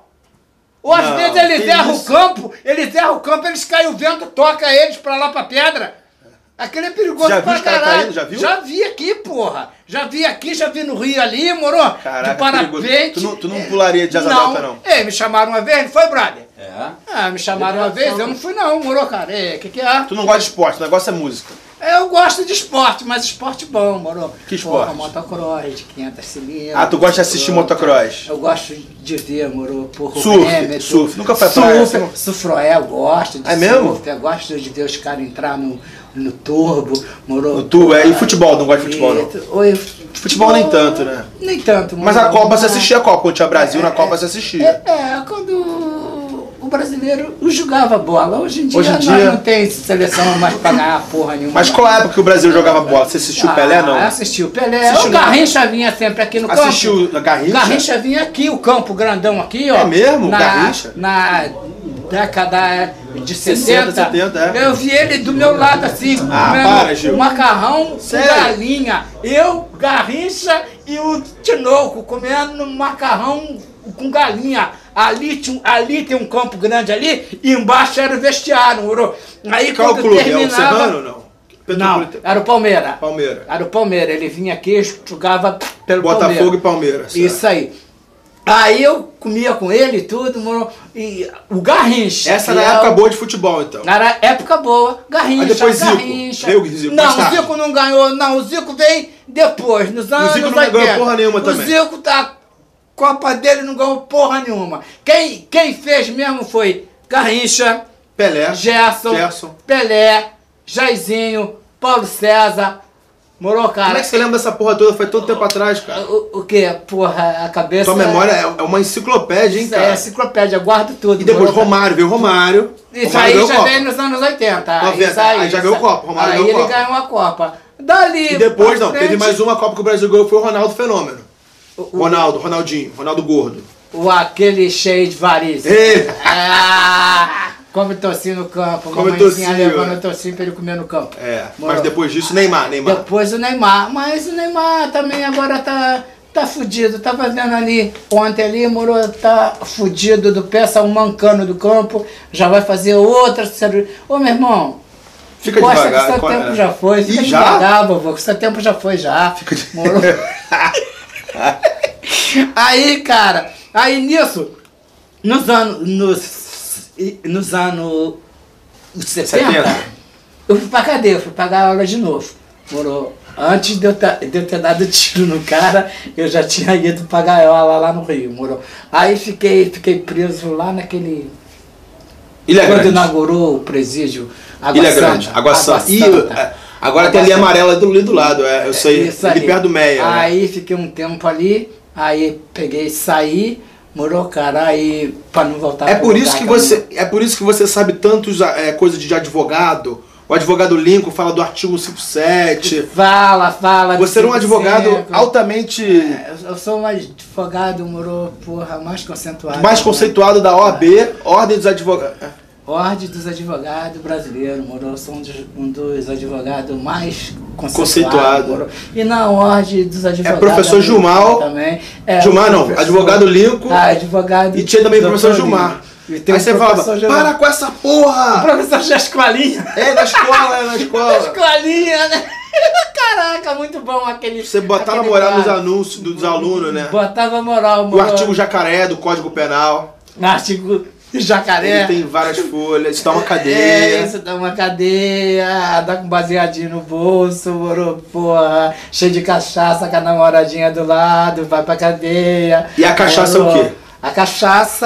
[SPEAKER 2] Ou às
[SPEAKER 1] Não,
[SPEAKER 2] vezes eles
[SPEAKER 1] que
[SPEAKER 2] erram
[SPEAKER 1] isso?
[SPEAKER 2] o campo, eles erram o campo, eles caem, o vento toca eles pra lá pra pedra. Aquele é perigoso
[SPEAKER 1] Já viu
[SPEAKER 2] pra
[SPEAKER 1] os caras
[SPEAKER 2] caralho.
[SPEAKER 1] caindo? Já viu?
[SPEAKER 2] Já vi aqui, porra. Já vi aqui, já vi no Rio ali, moro?
[SPEAKER 1] Caraca, é
[SPEAKER 2] de
[SPEAKER 1] perigoso.
[SPEAKER 2] parapente. É.
[SPEAKER 1] Tu não- tu não pularia de asa delta, não?
[SPEAKER 2] Ei, me chamaram uma vez, não foi, brother?
[SPEAKER 4] É.
[SPEAKER 2] Ah, me chamaram uma vez, eu não fui não, moro, cara. É, que que é?
[SPEAKER 1] Tu não gosta de esporte, o negócio é música.
[SPEAKER 2] Eu gosto de esporte, mas esporte bom, moro.
[SPEAKER 1] Que esporte?
[SPEAKER 2] Porra, motocross, de 500 cilindros.
[SPEAKER 1] Ah, tu gosta de assistir motocross?
[SPEAKER 2] Eu gosto de ver, moro, porra, o
[SPEAKER 1] Surf,
[SPEAKER 2] Hamilton.
[SPEAKER 1] surf. Nunca foi praia,
[SPEAKER 2] surf,
[SPEAKER 1] assim?
[SPEAKER 2] Sufroé, eu gosto de
[SPEAKER 1] É mesmo?
[SPEAKER 2] surf, Eu gosto de ver os caras entrar no, no turbo, moro.
[SPEAKER 1] No tu, é, e futebol, não gosta de futebol, não.
[SPEAKER 2] E- Oi,
[SPEAKER 1] Futebol nem tanto, né?
[SPEAKER 2] Nem tanto,
[SPEAKER 1] Mas
[SPEAKER 2] mano.
[SPEAKER 1] a Copa se
[SPEAKER 2] Ah,
[SPEAKER 1] assistia a Copa, quando tinha Brasil, na Copa se
[SPEAKER 2] É,
[SPEAKER 1] assistia.
[SPEAKER 2] é, quando o brasileiro jogava bola. Hoje em dia,
[SPEAKER 1] Hoje em
[SPEAKER 2] nós
[SPEAKER 1] dia-
[SPEAKER 2] não tem seleção mais pra ganhar porra nenhuma.
[SPEAKER 1] Mas qual é a época que o Brasil jogava bola? Você assistiu o Pelé, não?
[SPEAKER 2] Ah, assistiu o Pelé.
[SPEAKER 1] Assistiu
[SPEAKER 2] o
[SPEAKER 1] no-
[SPEAKER 2] Garrincha vinha sempre aqui no
[SPEAKER 1] Assistiu
[SPEAKER 2] campo.
[SPEAKER 1] a Garrincha?
[SPEAKER 2] Garrincha vinha aqui, o campo grandão aqui, ó.
[SPEAKER 1] É mesmo?
[SPEAKER 2] Na,
[SPEAKER 1] Garrincha?
[SPEAKER 2] Na década de 60.
[SPEAKER 1] 70, é.
[SPEAKER 2] Eu vi ele do meu lado assim,
[SPEAKER 1] Ah,
[SPEAKER 2] comendo
[SPEAKER 1] para, Gil.
[SPEAKER 2] macarrão
[SPEAKER 1] Sério?
[SPEAKER 2] com galinha. Eu, Garrincha e o Tinoco comendo macarrão com galinha. Ali, tinha um- ali tem um campo grande ali e embaixo era o vestiário, moro? Aí
[SPEAKER 1] Qual o
[SPEAKER 2] quando
[SPEAKER 1] clube? É o
[SPEAKER 2] terminava...
[SPEAKER 1] Serrano ou não?
[SPEAKER 2] Não,
[SPEAKER 1] Petropolitano.
[SPEAKER 2] era o Palmeiras.
[SPEAKER 1] Palmeiras.
[SPEAKER 2] Era o Palmeiras. Ele vinha aqui e jogava pelo
[SPEAKER 1] Botafogo e
[SPEAKER 2] Palmeiras.
[SPEAKER 1] Palmeiras. é.
[SPEAKER 2] Isso aí. Aí eu comia com ele e tudo, moro? E o Garrincha.
[SPEAKER 1] Essa era
[SPEAKER 2] que
[SPEAKER 1] a
[SPEAKER 2] é
[SPEAKER 1] época
[SPEAKER 2] o-
[SPEAKER 1] boa de futebol, então.
[SPEAKER 2] Era época boa. Garrincha,
[SPEAKER 1] Aí depois Zico.
[SPEAKER 2] Garrincha.
[SPEAKER 1] Veio o Zico mais
[SPEAKER 2] não, o
[SPEAKER 1] tarde.
[SPEAKER 2] Zico não ganhou. Não, o Zico vem depois, nos anos
[SPEAKER 1] Zico não ganhou
[SPEAKER 2] 80.
[SPEAKER 1] porra nenhuma
[SPEAKER 2] o
[SPEAKER 1] também.
[SPEAKER 2] Zico tá... Copa dele não ganhou porra nenhuma. Quem, quem fez mesmo foi Garrincha,
[SPEAKER 1] Pelé.
[SPEAKER 2] Gerson,
[SPEAKER 1] Gerson.
[SPEAKER 2] Pelé, Jairzinho, Paulo César. Morou,
[SPEAKER 1] Como
[SPEAKER 2] cara?
[SPEAKER 1] é que você lembra dessa porra toda? Foi tanto tempo atrás, cara.
[SPEAKER 2] O, o que? Porra, a cabeça.
[SPEAKER 1] Tua memória é é uma enciclopédia, hein,
[SPEAKER 2] Isso é
[SPEAKER 1] cara.
[SPEAKER 2] enciclopédia, guardo tudo.
[SPEAKER 1] E depois
[SPEAKER 2] morou, cara?
[SPEAKER 1] Romário, veio Romário.
[SPEAKER 2] Isso
[SPEAKER 1] Romário
[SPEAKER 2] aí
[SPEAKER 1] ganhou
[SPEAKER 2] já
[SPEAKER 1] Copa.
[SPEAKER 2] vem nos anos 80.
[SPEAKER 1] 90,
[SPEAKER 2] Isso aí,
[SPEAKER 1] aí já
[SPEAKER 2] isso
[SPEAKER 1] ganhou Copa, Romário
[SPEAKER 2] Aí
[SPEAKER 1] ganhou
[SPEAKER 2] ele
[SPEAKER 1] Copa.
[SPEAKER 2] ganhou uma Copa. Dali.
[SPEAKER 1] E depois,
[SPEAKER 2] pra
[SPEAKER 1] não, teve
[SPEAKER 2] frente,
[SPEAKER 1] mais um. uma Copa que o Brasil ganhou, foi o Ronaldo Fenômeno.
[SPEAKER 2] o-
[SPEAKER 1] Ronaldo, Ronaldinho, Ronaldo Gordo.
[SPEAKER 2] O aquele cheio de variz.
[SPEAKER 1] Ele.
[SPEAKER 2] Ah, como torci no campo.
[SPEAKER 1] Como
[SPEAKER 2] Mamãezinha
[SPEAKER 1] torcia.
[SPEAKER 2] levando o torcinho pra ele comer no campo.
[SPEAKER 1] É, mas
[SPEAKER 2] Morou.
[SPEAKER 1] depois disso, Neymar, Neymar.
[SPEAKER 2] Depois o Neymar. Mas o Neymar também agora tá, tá fudido. Tava vendo ali ontem ali, moro, tá fudido do pé, saiu mancando do campo. Já vai fazer outra cirurgia. Ô meu irmão.
[SPEAKER 1] Fica
[SPEAKER 2] Gosta
[SPEAKER 1] devagar.
[SPEAKER 2] que seu
[SPEAKER 1] qual é?
[SPEAKER 2] tempo já foi. Fica
[SPEAKER 1] Ih, já?
[SPEAKER 2] devagar, vovô, que seu tempo já foi já. Moro. aí, cara, aí nisso, nos anos. Nos, nos anos 70,
[SPEAKER 1] 70.
[SPEAKER 2] eu fui pra cadeia, fui pagar aula de novo. Morou. Antes de eu, ta- de eu ter dado tiro no cara, eu já tinha ido pra gaiola lá no Rio, morou. Aí fiquei, fiquei preso lá naquele
[SPEAKER 1] Ilha
[SPEAKER 2] quando
[SPEAKER 1] Grande.
[SPEAKER 2] inaugurou o presídio Água
[SPEAKER 1] Ilha
[SPEAKER 2] Santa.
[SPEAKER 1] Grande, Água Santa. Ih,
[SPEAKER 2] Santa.
[SPEAKER 1] é, agora
[SPEAKER 2] Água
[SPEAKER 1] tem ali
[SPEAKER 2] Santa.
[SPEAKER 1] amarela do, ali do lado, é, eu sei.
[SPEAKER 2] Isso
[SPEAKER 1] ali
[SPEAKER 2] aí.
[SPEAKER 1] perto do Meia. né?
[SPEAKER 2] Aí fiquei um tempo ali, aí peguei, saí, morou, cara, aí pra não voltar
[SPEAKER 1] É
[SPEAKER 2] pro
[SPEAKER 1] por isso
[SPEAKER 2] tá lugar
[SPEAKER 1] que
[SPEAKER 2] eu
[SPEAKER 1] você, é por isso que você sabe tantos é, coisas de advogado. O advogado Lincoln fala do artigo 57.
[SPEAKER 2] não- Fala, fala.
[SPEAKER 1] Você era um advogado
[SPEAKER 2] alto.
[SPEAKER 1] altamente
[SPEAKER 2] Eu sou um advogado, morou, porra, mais conceituado.
[SPEAKER 1] mais conceituado da OAB, Ordem dos é. Advogados.
[SPEAKER 2] Ordem dos Advogados Brasileiros, moro. Eu sou um dos, um dos advogados mais conceituados.
[SPEAKER 1] Conceituado. É
[SPEAKER 2] moro. E na Ordem dos Advogados.
[SPEAKER 1] professor Gilmar.
[SPEAKER 2] Também. É,
[SPEAKER 1] Gilmar
[SPEAKER 2] o
[SPEAKER 1] não,
[SPEAKER 2] professor-
[SPEAKER 1] advogado Lincoln.
[SPEAKER 2] Ah, advogado.
[SPEAKER 1] E tinha também o
[SPEAKER 2] Dr.
[SPEAKER 1] professor
[SPEAKER 2] Lincoln.
[SPEAKER 1] Gilmar.
[SPEAKER 2] E
[SPEAKER 1] Aí
[SPEAKER 2] tem o
[SPEAKER 1] você
[SPEAKER 2] professor
[SPEAKER 1] falava,
[SPEAKER 2] Gilmar.
[SPEAKER 1] para com essa porra!
[SPEAKER 2] Professor Jascoalinha.
[SPEAKER 1] É na escola, é na escola.
[SPEAKER 2] Jascoalinha, né? Caraca, muito bom aquele.
[SPEAKER 1] Você botava
[SPEAKER 2] aquele
[SPEAKER 1] moral nos
[SPEAKER 2] quadro.
[SPEAKER 1] anúncios dos alunos, né?
[SPEAKER 2] Botava moral,
[SPEAKER 1] O
[SPEAKER 2] moro.
[SPEAKER 1] artigo jacaré do Código Penal.
[SPEAKER 2] Artigo
[SPEAKER 1] Ele
[SPEAKER 2] jacaré.
[SPEAKER 1] tem várias folhas, isso dá uma
[SPEAKER 2] É,
[SPEAKER 1] cadeia.
[SPEAKER 2] isso dá uma cadeia, dá com baseadinho no bolso, moro, porra, cheio de cachaça com a namoradinha do lado, vai pra cadeia.
[SPEAKER 1] E a cachaça é o
[SPEAKER 2] Moro,
[SPEAKER 1] quê?
[SPEAKER 2] A cachaça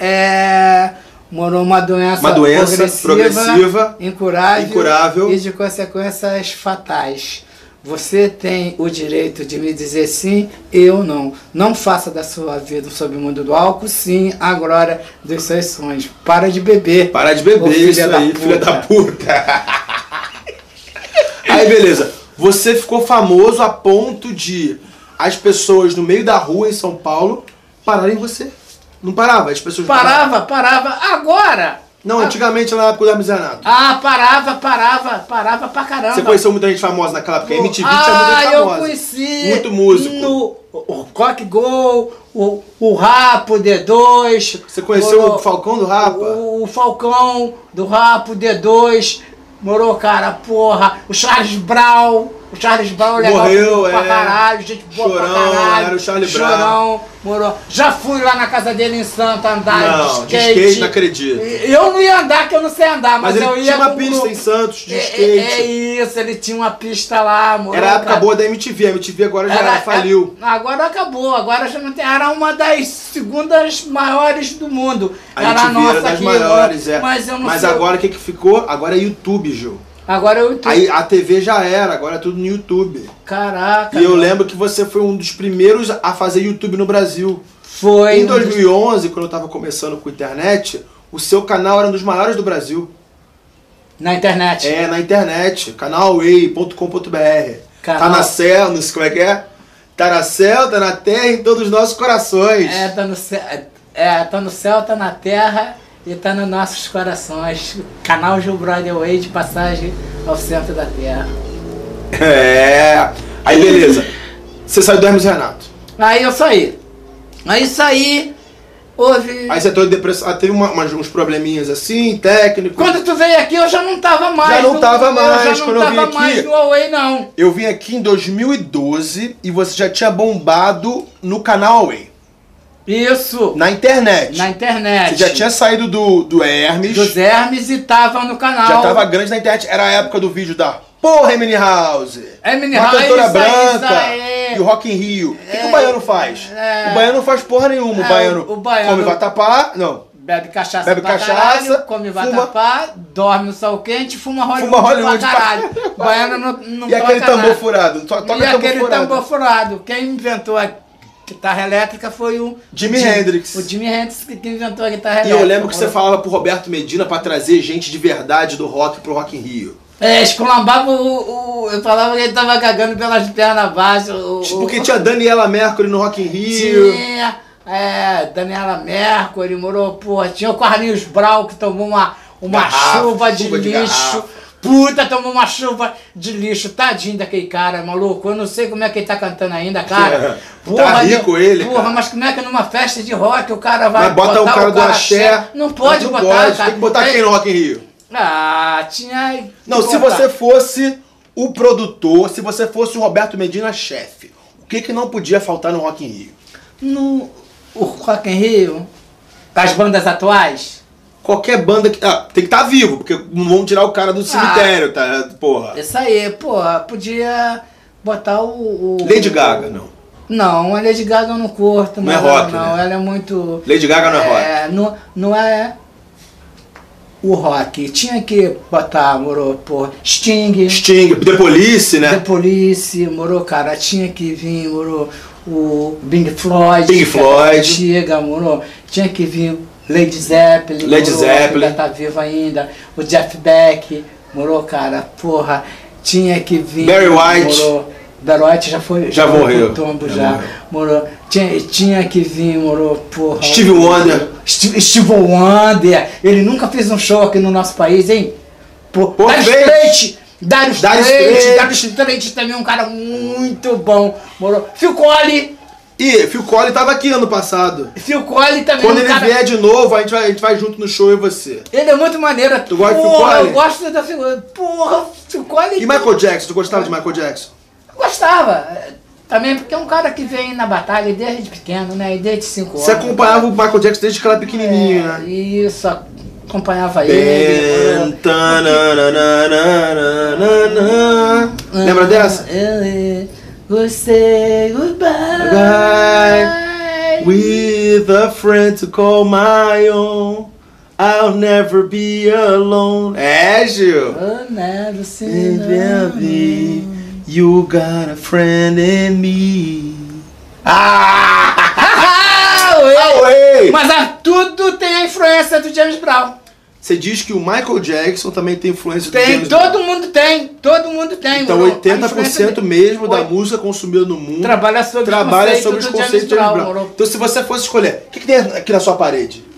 [SPEAKER 2] é, moro, uma doença,
[SPEAKER 1] Uma doença progressiva,
[SPEAKER 2] incurável,
[SPEAKER 1] incurável.
[SPEAKER 2] e de consequências fatais. Você tem o direito de me dizer sim, eu não. Não faça da sua vida sob o mundo do álcool, sim, a glória dos seus sonhos. Para de beber.
[SPEAKER 1] Parar de beber,
[SPEAKER 2] Ô, filha
[SPEAKER 1] isso
[SPEAKER 2] da
[SPEAKER 1] aí,
[SPEAKER 2] puta.
[SPEAKER 1] filha da puta. aí, beleza. Você ficou famoso a ponto de as pessoas no meio da rua em São Paulo pararem você. Não parava, as pessoas
[SPEAKER 2] Parava, parava. Agora!
[SPEAKER 1] Não, antigamente lá na época do Armizanato.
[SPEAKER 2] Ah, parava, parava, parava pra caramba.
[SPEAKER 1] Você conheceu muita gente famosa naquela época. MTV tinha muita
[SPEAKER 2] ah,
[SPEAKER 1] gente
[SPEAKER 2] eu
[SPEAKER 1] é famosa.
[SPEAKER 2] conheci.
[SPEAKER 1] Muito músico.
[SPEAKER 2] No o Cock Gol, o, o Rapo, o D2.
[SPEAKER 1] Você conheceu
[SPEAKER 2] o-
[SPEAKER 1] o Falcão do Rapa?
[SPEAKER 2] O, o Falcão do Rapo, o D2. Morou, cara, porra. O Charles Brown. O Charles Brown é legal
[SPEAKER 1] Morreu,
[SPEAKER 2] pra
[SPEAKER 1] é.
[SPEAKER 2] caralho, gente boa
[SPEAKER 1] Chorão,
[SPEAKER 2] pra caralho.
[SPEAKER 1] era o Charlie Brown.
[SPEAKER 2] Chorão, morou. Já fui lá na casa dele em Santa andar
[SPEAKER 1] Não,
[SPEAKER 2] de
[SPEAKER 1] de
[SPEAKER 2] skate.
[SPEAKER 1] skate, não acredito.
[SPEAKER 2] E- Eu não ia andar, que eu não sei andar, mas,
[SPEAKER 1] Mas ele
[SPEAKER 2] eu ia
[SPEAKER 1] tinha uma
[SPEAKER 2] com o
[SPEAKER 1] pista
[SPEAKER 2] grupo.
[SPEAKER 1] em Santos de
[SPEAKER 2] É-
[SPEAKER 1] skate.
[SPEAKER 2] É, é isso, ele tinha uma pista lá, morou.
[SPEAKER 1] Era a época
[SPEAKER 2] cara.
[SPEAKER 1] boa da MTV, a MTV agora já faliu.
[SPEAKER 2] é- agora acabou, agora já não tem. Era uma das segundas maiores do mundo.
[SPEAKER 1] A
[SPEAKER 2] era a
[SPEAKER 1] MTV
[SPEAKER 2] nossa
[SPEAKER 1] era das
[SPEAKER 2] aqui,
[SPEAKER 1] maiores, é.
[SPEAKER 2] Mas eu não sei.
[SPEAKER 1] agora o que, que ficou? Agora é YouTube, Gil.
[SPEAKER 2] Agora eu entendo.
[SPEAKER 1] Aí a TV já era, agora é tudo no YouTube.
[SPEAKER 2] Caraca.
[SPEAKER 1] E eu lembro que você foi um dos primeiros a fazer YouTube no Brasil.
[SPEAKER 2] Foi.
[SPEAKER 1] Em
[SPEAKER 2] um dos-
[SPEAKER 1] 2011, quando eu tava começando com a internet, o seu canal era um dos maiores do Brasil.
[SPEAKER 2] Na internet.
[SPEAKER 1] É, na internet, canalway.com.br. Tá
[SPEAKER 2] Canal-
[SPEAKER 1] na céu, não sei como é que é. Tá na céu, tá na terra, em todos os nossos corações.
[SPEAKER 2] É, tá no céu, é, tá no céu, tá na terra e tá nos nossos corações. Canal Gil Broadway de passagem ao centro da terra.
[SPEAKER 1] É. Aí beleza. Você saiu do Hermes e Renato.
[SPEAKER 2] Aí eu saí. Aí saí, houve.
[SPEAKER 1] Aí você entrou em depressão. Ah, teve uma- umas- uns probleminhas assim, técnicos.
[SPEAKER 2] Quando tu veio aqui, eu já não tava mais.
[SPEAKER 1] não
[SPEAKER 2] no-
[SPEAKER 1] tava
[SPEAKER 2] Eu
[SPEAKER 1] mais,
[SPEAKER 2] já não
[SPEAKER 1] quando eu vim
[SPEAKER 2] tava
[SPEAKER 1] aqui.
[SPEAKER 2] mais no Huawei, não.
[SPEAKER 1] Eu vim aqui em 2012 e você já tinha bombado no canal Away.
[SPEAKER 2] Isso.
[SPEAKER 1] Na internet.
[SPEAKER 2] Na internet.
[SPEAKER 1] Você já tinha saído do, do Hermes.
[SPEAKER 2] Dos Hermes e tava no canal.
[SPEAKER 1] Já tava grande na internet. Era a época do vídeo da Porra, Emily House.
[SPEAKER 2] Emily
[SPEAKER 1] Uma
[SPEAKER 2] House,
[SPEAKER 1] cantora
[SPEAKER 2] isso aí, isso
[SPEAKER 1] branca.
[SPEAKER 2] aí.
[SPEAKER 1] E o Rock in Rio. O que, que o baiano faz? O baiano não faz porra nenhuma.
[SPEAKER 2] É,
[SPEAKER 1] o, baiano
[SPEAKER 2] o baiano-
[SPEAKER 1] come vatapá. Não.
[SPEAKER 2] Bebe cachaça
[SPEAKER 1] Bebe
[SPEAKER 2] pra
[SPEAKER 1] cachaça,
[SPEAKER 2] caralho, come
[SPEAKER 1] fuma-
[SPEAKER 2] vatapá, dorme no sol quente, fuma Hollywood,
[SPEAKER 1] Fuma Hollywood
[SPEAKER 2] pra
[SPEAKER 1] pra-
[SPEAKER 2] caralho. Baiano não, não
[SPEAKER 1] E aquele
[SPEAKER 2] toca
[SPEAKER 1] tambor
[SPEAKER 2] nada.
[SPEAKER 1] furado. To- Toca
[SPEAKER 2] e
[SPEAKER 1] tambor
[SPEAKER 2] aquele
[SPEAKER 1] furado.
[SPEAKER 2] tambor furado. Quem inventou a guitarra elétrica foi o...
[SPEAKER 1] Jimi
[SPEAKER 2] o Jimi-
[SPEAKER 1] Hendrix.
[SPEAKER 2] O Jimi Hendrix que que inventou a guitarra
[SPEAKER 1] E
[SPEAKER 2] elétrica.
[SPEAKER 1] eu lembro que você falava pro Roberto Medina pra trazer gente de verdade do rock pro Rock in Rio.
[SPEAKER 2] É, esculambava o, o- Eu falava que ele tava cagando pelas pernas abaixo. O, o-
[SPEAKER 1] Tipo, Porque tinha Daniela Mercury no Rock in Rio. né?
[SPEAKER 2] Tinha, é, Daniela Mercury, morou, porra, tinha o Carlinhos Brau que tomou uma, uma
[SPEAKER 1] Garrafa,
[SPEAKER 2] chuva de
[SPEAKER 1] chuva de
[SPEAKER 2] lixo.
[SPEAKER 1] garrafa.
[SPEAKER 2] Puta, tomou uma chuva de lixo. Tadinho daquele cara, maluco. Eu não sei como é que ele tá cantando ainda, cara.
[SPEAKER 1] Tá rico
[SPEAKER 2] meu-
[SPEAKER 1] ele,
[SPEAKER 2] Porra,
[SPEAKER 1] cara.
[SPEAKER 2] mas como é que numa festa de rock o cara vai
[SPEAKER 1] Mas bota o
[SPEAKER 2] botar
[SPEAKER 1] cara do axé.
[SPEAKER 2] Não pode
[SPEAKER 1] não
[SPEAKER 2] botar,
[SPEAKER 1] pode.
[SPEAKER 2] cara.
[SPEAKER 1] Tem que botar
[SPEAKER 2] Tem-
[SPEAKER 1] quem no Rock in Rio?
[SPEAKER 2] Ah, tinha... que
[SPEAKER 1] Não, se
[SPEAKER 2] botar.
[SPEAKER 1] você fosse o produtor, se você fosse o Roberto Medina chefe, o que que não podia faltar no Rock in Rio?
[SPEAKER 2] No o Rock in Rio, as bandas atuais...
[SPEAKER 1] Qualquer banda que... Ah, tem que estar vivo, porque não vão tirar o cara do cemitério, tá? Porra.
[SPEAKER 2] Isso aí, porra, podia botar o. o-
[SPEAKER 1] Lady Gaga, não.
[SPEAKER 2] Não, a Lady Gaga eu não curto,
[SPEAKER 1] Não é
[SPEAKER 2] mas
[SPEAKER 1] rock,
[SPEAKER 2] não,
[SPEAKER 1] né?
[SPEAKER 2] ela é muito.
[SPEAKER 1] Lady Gaga não é rock.
[SPEAKER 2] É, não, não é o rock. Tinha que botar, moro, porra. Sting,
[SPEAKER 1] Sting, The Police,
[SPEAKER 2] The
[SPEAKER 1] né?
[SPEAKER 2] Police, moro, cara, tinha que vir, moro, o Pink Floyd.
[SPEAKER 1] Pink
[SPEAKER 2] que é
[SPEAKER 1] Floyd.
[SPEAKER 2] Antiga, moro. Tinha que vir Lady Zeppelin.
[SPEAKER 1] Led
[SPEAKER 2] moro, que
[SPEAKER 1] Zeppelin.
[SPEAKER 2] Ainda tá vivo ainda. O Jeff Beck, moro, cara, porra. Tinha que vir.
[SPEAKER 1] Barry White.
[SPEAKER 2] Moro, Barry White já foi.
[SPEAKER 1] Já
[SPEAKER 2] foi
[SPEAKER 1] morreu.
[SPEAKER 2] pro Tombo
[SPEAKER 1] Já
[SPEAKER 2] já.
[SPEAKER 1] morreu.
[SPEAKER 2] Moro. Tinha, tinha que vir, moro, porra.
[SPEAKER 1] Steve Wonder.
[SPEAKER 2] Steve, Steve Wonder. Ele nunca fez um show aqui no nosso país, hein? Pô,
[SPEAKER 1] Pô,
[SPEAKER 2] Dire
[SPEAKER 1] fez.
[SPEAKER 2] Straits. Dire
[SPEAKER 1] Dire
[SPEAKER 2] Straits.
[SPEAKER 1] Straits.
[SPEAKER 2] Dire Straits também é um cara muito bom. Moro. Phil Colley.
[SPEAKER 1] E Phil Collins tava aqui ano passado.
[SPEAKER 2] Phil Colley também
[SPEAKER 1] Quando
[SPEAKER 2] é um
[SPEAKER 1] ele
[SPEAKER 2] cara...
[SPEAKER 1] vier de novo, a gente, vai, a gente vai junto no show e você.
[SPEAKER 2] Ele é muito maneiro.
[SPEAKER 1] Tu gosta de Phil
[SPEAKER 2] Porra,
[SPEAKER 1] Colley?
[SPEAKER 2] eu gosto da figura. Porra, Phil Colley...
[SPEAKER 1] E Michael Jackson, tu gostava de Michael Jackson?
[SPEAKER 2] Eu Gostava. Também porque é um cara que vem na batalha desde pequeno, né? E desde 5 anos.
[SPEAKER 1] Você acompanhava o Michael Jackson desde que era pequenininho,
[SPEAKER 2] É,
[SPEAKER 1] né?
[SPEAKER 2] Isso, acompanhava ele.
[SPEAKER 1] Ben, tananananananana. Lembra dessa?
[SPEAKER 2] Ele, Ah, Você, goodbye.
[SPEAKER 1] With a friend to call my own, I'll never be alone. É, Gil.
[SPEAKER 2] I'll never see
[SPEAKER 1] Baby, you got a friend in me. Ah!
[SPEAKER 2] Ah, ué.
[SPEAKER 1] Ué!
[SPEAKER 2] Mas ah, tudo tem a influência do James Brown.
[SPEAKER 1] Você diz que o Michael Jackson também tem influência do
[SPEAKER 2] Tem,
[SPEAKER 1] James
[SPEAKER 2] todo
[SPEAKER 1] Brown.
[SPEAKER 2] mundo tem, todo mundo tem.
[SPEAKER 1] Então,
[SPEAKER 2] moro. A influência
[SPEAKER 1] 80%
[SPEAKER 2] dele-
[SPEAKER 1] mesmo da
[SPEAKER 2] Oi.
[SPEAKER 1] música consumida no mundo
[SPEAKER 2] Trabalha sobre os
[SPEAKER 1] trabalha
[SPEAKER 2] conceitos
[SPEAKER 1] sobre os
[SPEAKER 2] do
[SPEAKER 1] conceitos do
[SPEAKER 2] James
[SPEAKER 1] James
[SPEAKER 2] Brown,
[SPEAKER 1] Brown.
[SPEAKER 2] moro.
[SPEAKER 1] Então, se você fosse escolher, o que, que tem aqui na sua parede?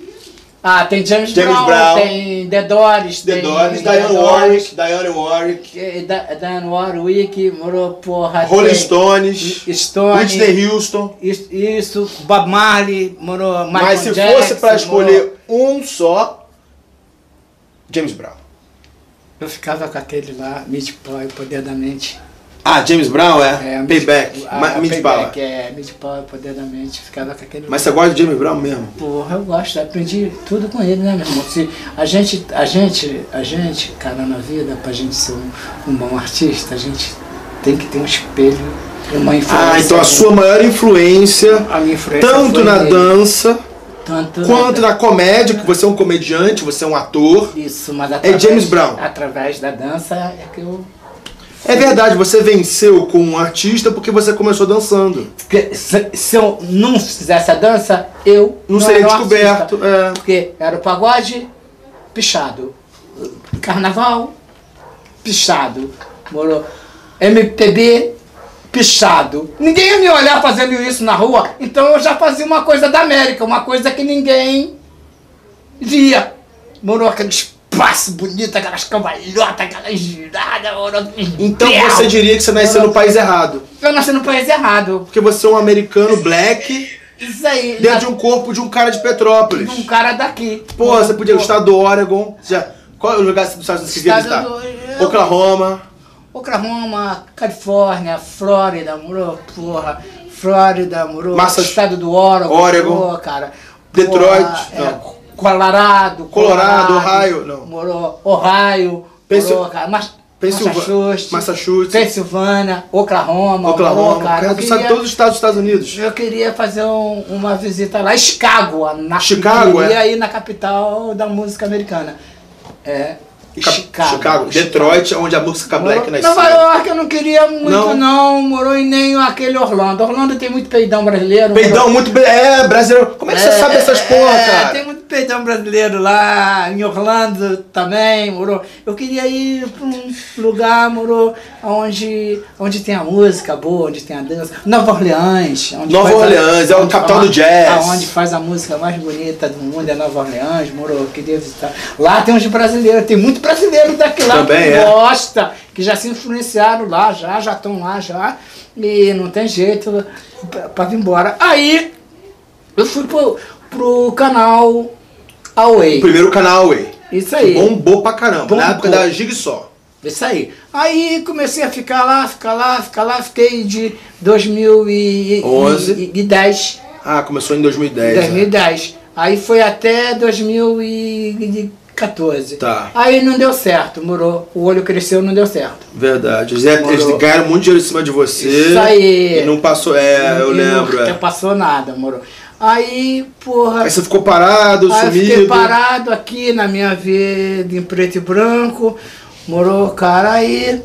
[SPEAKER 2] Ah, tem James,
[SPEAKER 1] James
[SPEAKER 2] Brown,
[SPEAKER 1] Brown.
[SPEAKER 2] tem The Doors,
[SPEAKER 1] The
[SPEAKER 2] tem
[SPEAKER 1] Doors, Diane Warwick, Diane Warwick,
[SPEAKER 2] eh, Da- Diane Warwick, morou porra.
[SPEAKER 1] Rolling
[SPEAKER 2] tem
[SPEAKER 1] Stones,
[SPEAKER 2] Stones.
[SPEAKER 1] Whitney Houston.
[SPEAKER 2] Isso, isso, Bob Marley, morou Michael
[SPEAKER 1] Mas se
[SPEAKER 2] Jackson,
[SPEAKER 1] fosse pra
[SPEAKER 2] morou-
[SPEAKER 1] escolher um só, James Brown.
[SPEAKER 2] Eu ficava com aquele lá, Mid Power, Poder da Mente.
[SPEAKER 1] Ah, James Brown é?
[SPEAKER 2] É,
[SPEAKER 1] Payback.
[SPEAKER 2] Ah,
[SPEAKER 1] Ma- Mid
[SPEAKER 2] Payback,
[SPEAKER 1] Power.
[SPEAKER 2] É, Mid Power, Poder da Mente. Ficava com aquele
[SPEAKER 1] Mas você gosta de James Brown mesmo?
[SPEAKER 2] Porra, eu gosto, aprendi tudo com ele, né, meu irmão? Se a gente, a gente, a gente, cara, na vida, pra gente ser um, um bom artista, a gente tem que ter um espelho, uma influência. né?
[SPEAKER 1] Ah, então a sua maior influência,
[SPEAKER 2] a minha influência
[SPEAKER 1] tanto
[SPEAKER 2] foi
[SPEAKER 1] na
[SPEAKER 2] nele,
[SPEAKER 1] dança,
[SPEAKER 2] tanto
[SPEAKER 1] quanto na comédia, que você é um comediante, você é um ator.
[SPEAKER 2] Isso, mas através,
[SPEAKER 1] É James Brown.
[SPEAKER 2] Através da dança é que eu.
[SPEAKER 1] É verdade, você venceu como um artista porque você começou dançando.
[SPEAKER 2] que se, se eu não fizesse a dança, eu
[SPEAKER 1] Não seria
[SPEAKER 2] era um artista.
[SPEAKER 1] descoberto, é.
[SPEAKER 2] Porque era o pagode, pichado. Carnaval, pichado. Morou. MPB, pichado. Ninguém ia me olhar fazendo isso na rua, então eu já fazia uma coisa da América, uma coisa que ninguém via. Morou aquele espaço bonito, aquelas cambalhotas, aquelas giradas, morou.
[SPEAKER 1] Então
[SPEAKER 2] Ideal.
[SPEAKER 1] você diria que você nasceu no país errado.
[SPEAKER 2] Eu nasci no país errado.
[SPEAKER 1] Porque você é um americano black
[SPEAKER 2] Isso aí.
[SPEAKER 1] dentro de um corpo de um cara de Petrópolis.
[SPEAKER 2] um cara daqui.
[SPEAKER 1] Pô, você podia gostar do Oregon. Já... Qual é o lugar dos Estados Unidos que você queria
[SPEAKER 2] Estado
[SPEAKER 1] visitar?
[SPEAKER 2] do-
[SPEAKER 1] Oklahoma.
[SPEAKER 2] Oklahoma, Califórnia, Flórida, moro, porra. Flórida, moro.
[SPEAKER 1] Massa-
[SPEAKER 2] Estado do Oregon.
[SPEAKER 1] Oregon.
[SPEAKER 2] Pô, cara.
[SPEAKER 1] Detroit,
[SPEAKER 2] é,
[SPEAKER 1] não.
[SPEAKER 2] Colorado, Colorado.
[SPEAKER 1] Colorado, Ohio, não.
[SPEAKER 2] Moro. Ohio.
[SPEAKER 1] Pensil-
[SPEAKER 2] Moro, cara. Mas,
[SPEAKER 1] Pensilva-
[SPEAKER 2] Massachusetts.
[SPEAKER 1] Massachusetts.
[SPEAKER 2] Pensilvânia, Oklahoma.
[SPEAKER 1] Oklahoma.
[SPEAKER 2] moro, cara. Eu
[SPEAKER 1] Cara, tu sabe
[SPEAKER 2] queria-
[SPEAKER 1] todos os estados dos Estados Unidos.
[SPEAKER 2] Eu queria fazer um- uma visita lá, Chicago, na
[SPEAKER 1] Chicago,
[SPEAKER 2] queria
[SPEAKER 1] é?
[SPEAKER 2] ir na capital da música americana. É.
[SPEAKER 1] Ca-
[SPEAKER 2] Chicago.
[SPEAKER 1] Detroit, é onde a música black
[SPEAKER 2] Morou-
[SPEAKER 1] nasceu.
[SPEAKER 2] Nova York eu não queria muito,
[SPEAKER 1] Não?
[SPEAKER 2] não. Morou em nem aquele Orlando. Orlando tem muito peidão brasileiro.
[SPEAKER 1] Peidão
[SPEAKER 2] morou-
[SPEAKER 1] muito. bra- É, brasileiro. Como é que você sabe essas porra,
[SPEAKER 2] é,
[SPEAKER 1] cara?
[SPEAKER 2] Tem muito peidão brasileiro lá, em Orlando também, morou. Eu queria ir pra um lugar, morou, onde, onde tem a música boa, onde tem a dança. Nova Orleans. onde
[SPEAKER 1] Nova
[SPEAKER 2] faz a-
[SPEAKER 1] Orleans, é o
[SPEAKER 2] onde-
[SPEAKER 1] capital do jazz.
[SPEAKER 2] Onde faz a música mais bonita do mundo, é Nova Orleans, morou. Eu queria visitar. Lá tem uns brasileiros, tem muito brasileiro daqui lá
[SPEAKER 1] Também
[SPEAKER 2] que
[SPEAKER 1] é.
[SPEAKER 2] gosta, que já se influenciaram lá, já, já estão lá, já. E não tem jeito pra- pra vir embora. Aí eu fui pro, pro canal
[SPEAKER 1] O
[SPEAKER 2] Away.
[SPEAKER 1] primeiro canal, ué.
[SPEAKER 2] Isso aí.
[SPEAKER 1] Bombou pra caramba. Na
[SPEAKER 2] Bombou.
[SPEAKER 1] época da Jigsaw.
[SPEAKER 2] Isso aí. Aí comecei a ficar lá, ficar lá, ficar lá. Fiquei de
[SPEAKER 1] 11.
[SPEAKER 2] 2010.
[SPEAKER 1] Ah, começou em 2010. né?
[SPEAKER 2] 2010. Aí foi até 2014.
[SPEAKER 1] Tá.
[SPEAKER 2] Aí não deu certo, morou. O olho cresceu, não deu certo.
[SPEAKER 1] Verdade. Eles, é, eles
[SPEAKER 2] Morou.
[SPEAKER 1] ganharam muito dinheiro em cima de você.
[SPEAKER 2] Isso aí.
[SPEAKER 1] E não passou. É, eu
[SPEAKER 2] E não
[SPEAKER 1] lembro. é.
[SPEAKER 2] passou nada, morou. Aí, porra.
[SPEAKER 1] Aí você ficou parado,
[SPEAKER 2] Aí eu
[SPEAKER 1] sumido.
[SPEAKER 2] fiquei parado aqui na minha vida em preto e branco. Morou, cara, aí.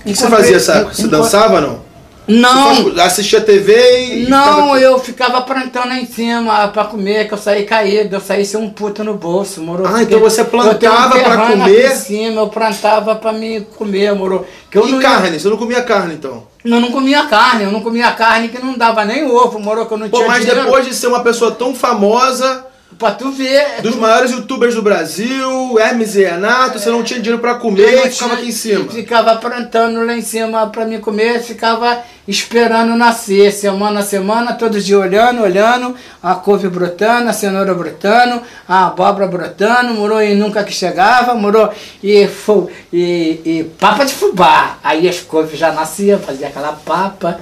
[SPEAKER 1] O que você fazia, sabe? Você dançava não? Você
[SPEAKER 2] Não,
[SPEAKER 1] faz- assistia TV e.
[SPEAKER 2] não,
[SPEAKER 1] ficava-
[SPEAKER 2] eu ficava plantando lá em cima pra comer, que eu saí caído, eu saí sem um puto no bolso, morou.
[SPEAKER 1] Ah,
[SPEAKER 2] Porque
[SPEAKER 1] então você
[SPEAKER 2] eu tenho um
[SPEAKER 1] plantava pra
[SPEAKER 2] terreno aqui
[SPEAKER 1] comer?
[SPEAKER 2] Em cima, eu plantava pra me comer, morou. Que eu não
[SPEAKER 1] E
[SPEAKER 2] ia-
[SPEAKER 1] carne? Você não comia carne então?
[SPEAKER 2] eu não comia carne, eu não comia carne que não dava nem ovo, morou, que eu não
[SPEAKER 1] Pô,
[SPEAKER 2] tinha
[SPEAKER 1] mas
[SPEAKER 2] dinheiro.
[SPEAKER 1] depois de ser uma pessoa tão famosa,
[SPEAKER 2] Pra tu ver,
[SPEAKER 1] dos maiores youtubers do Brasil, Hermes e Renato, você não tinha dinheiro pra
[SPEAKER 2] Eu
[SPEAKER 1] comer
[SPEAKER 2] não
[SPEAKER 1] e ficava
[SPEAKER 2] tinha-
[SPEAKER 1] aqui em cima.
[SPEAKER 2] Ficava plantando lá em cima pra mim comer, ficava esperando nascer, semana a semana, todo dia olhando, olhando, a couve brotando, a cenoura brotando, a abóbora brotando, morou e nunca que chegava, morou e, fu- e, e papa de fubá. Aí as couves já nasciam, fazia aquela papa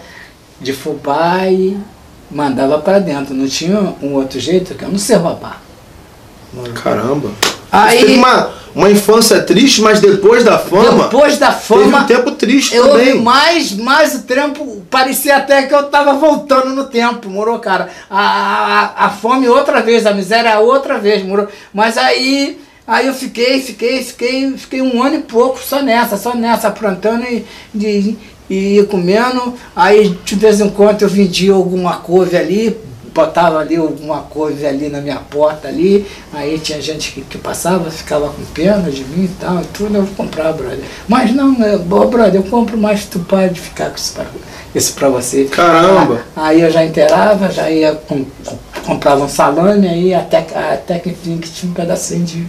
[SPEAKER 2] de fubá e mandava pra dentro. Não tinha um outro jeito que eu não sei roubar.
[SPEAKER 1] Caramba.
[SPEAKER 2] Aí-
[SPEAKER 1] Você teve uma, uma infância triste, mas depois da fama.
[SPEAKER 2] Depois da
[SPEAKER 1] Teve
[SPEAKER 2] fama.
[SPEAKER 1] um tempo triste
[SPEAKER 2] Eu ouvi
[SPEAKER 1] também.
[SPEAKER 2] mais, mais o tempo, parecia até que eu tava voltando no tempo, morou, cara. A, a, a fome outra vez, a miséria outra vez, morou. Mas aí, aí eu fiquei, fiquei, fiquei, fiquei um ano e pouco só nessa, só nessa, plantando e, de- e comendo. Aí de vez em quando eu vendia alguma couve ali, botava ali alguma couve ali na minha porta ali, aí tinha gente que, que passava, ficava com pena de mim e tal, e tudo, eu vou comprar, brother. Mas não, né, bom, brother, eu compro, mas tu pode ficar com isso pra, isso pra você.
[SPEAKER 1] Caramba.
[SPEAKER 2] Ah, Aí eu já inteirava, já ia, com, com- comprava um salame, aí até, até que enfim, que tinha um pedacinho de,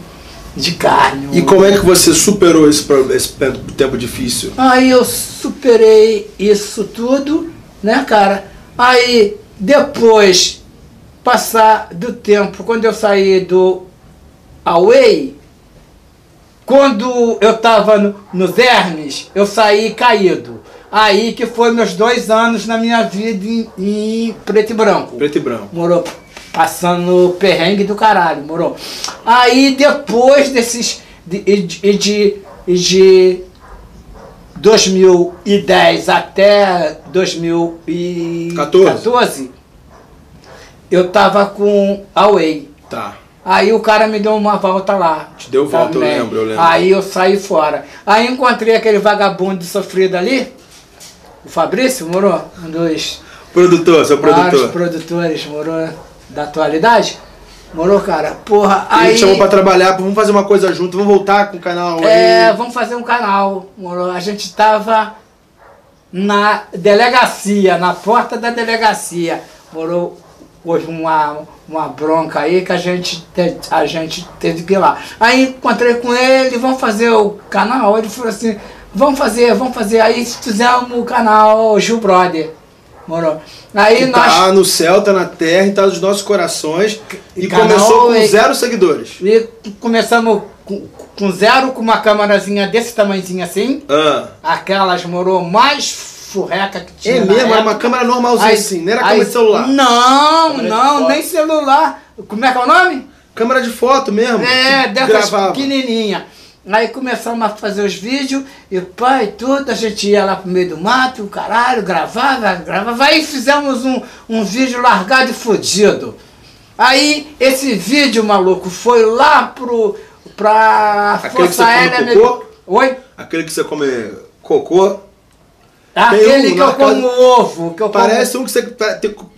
[SPEAKER 2] de carne.
[SPEAKER 1] E
[SPEAKER 2] um-
[SPEAKER 1] como é que você superou esse, pro- esse pe- tempo difícil?
[SPEAKER 2] Aí eu superei isso tudo, né, cara? Aí depois passar do tempo, quando eu saí do Away, Quando eu tava no, nos Hermes, eu saí caído. Aí que foi meus dois anos na minha vida em, em preto e branco.
[SPEAKER 1] Preto e branco.
[SPEAKER 2] Morou passando perrengue do caralho, morou. Aí depois desses. De, e de, e de, e de 2010 até 2014, eu tava com a Way.
[SPEAKER 1] Tá.
[SPEAKER 2] Aí o cara me deu uma volta lá.
[SPEAKER 1] Te deu volta, eu lembro, eu lembro.
[SPEAKER 2] Aí eu saí fora. Aí encontrei aquele vagabundo sofrido ali, o Fabrício, morou? Um dos
[SPEAKER 1] Produtor, seu
[SPEAKER 2] maiores
[SPEAKER 1] produtor.
[SPEAKER 2] produtores, morou? Da atualidade. Morou, cara? Porra,
[SPEAKER 1] Ele
[SPEAKER 2] aí...
[SPEAKER 1] te chamou pra trabalhar, pô, vamos fazer uma coisa junto, vamos voltar com o canal aí.
[SPEAKER 2] É, vamos fazer um canal. moro. A gente tava na delegacia, na porta da delegacia. Morou houve uma, uma bronca aí que a gente, te- a gente teve que ir lá. Aí encontrei com ele, vamos fazer o canal. Ele falou assim, vamos fazer, vamos fazer. Aí fizemos o canal Gil Brother. Morou. Aí
[SPEAKER 1] Que
[SPEAKER 2] nós.
[SPEAKER 1] Tá no céu, tá na terra, e tá nos nossos corações. E
[SPEAKER 2] Canal é-
[SPEAKER 1] começou com
[SPEAKER 2] e-
[SPEAKER 1] zero seguidores.
[SPEAKER 2] E começamos com, com zero, com uma câmerazinha desse tamanhozinho assim.
[SPEAKER 1] Ah.
[SPEAKER 2] aquelas morou mais furreca que tinha.
[SPEAKER 1] É
[SPEAKER 2] na
[SPEAKER 1] mesmo, era
[SPEAKER 2] época.
[SPEAKER 1] uma câmera normalzinha
[SPEAKER 2] Aí-
[SPEAKER 1] assim, não era
[SPEAKER 2] aí-
[SPEAKER 1] câmera de celular.
[SPEAKER 2] Não, não, nem celular. Como é que é o nome?
[SPEAKER 1] Câmera de foto mesmo.
[SPEAKER 2] É,
[SPEAKER 1] que
[SPEAKER 2] dessas
[SPEAKER 1] gravava.
[SPEAKER 2] pequenininha. Aí começamos a fazer os vídeos e pai tudo, a gente ia lá pro meio do mato, o caralho, gravava, gravava. Aí fizemos um, um vídeo largado e fudido. Aí esse vídeo, maluco, foi lá pro, pra
[SPEAKER 1] Aquele que
[SPEAKER 2] Força
[SPEAKER 1] você come
[SPEAKER 2] Aérea
[SPEAKER 1] cocô?
[SPEAKER 2] Ameri- Oi?
[SPEAKER 1] Aquele que você come cocô.
[SPEAKER 2] Aquele
[SPEAKER 1] um
[SPEAKER 2] que
[SPEAKER 1] na
[SPEAKER 2] eu como
[SPEAKER 1] casa-
[SPEAKER 2] ovo, que eu como
[SPEAKER 1] Parece um que você pa- tem co-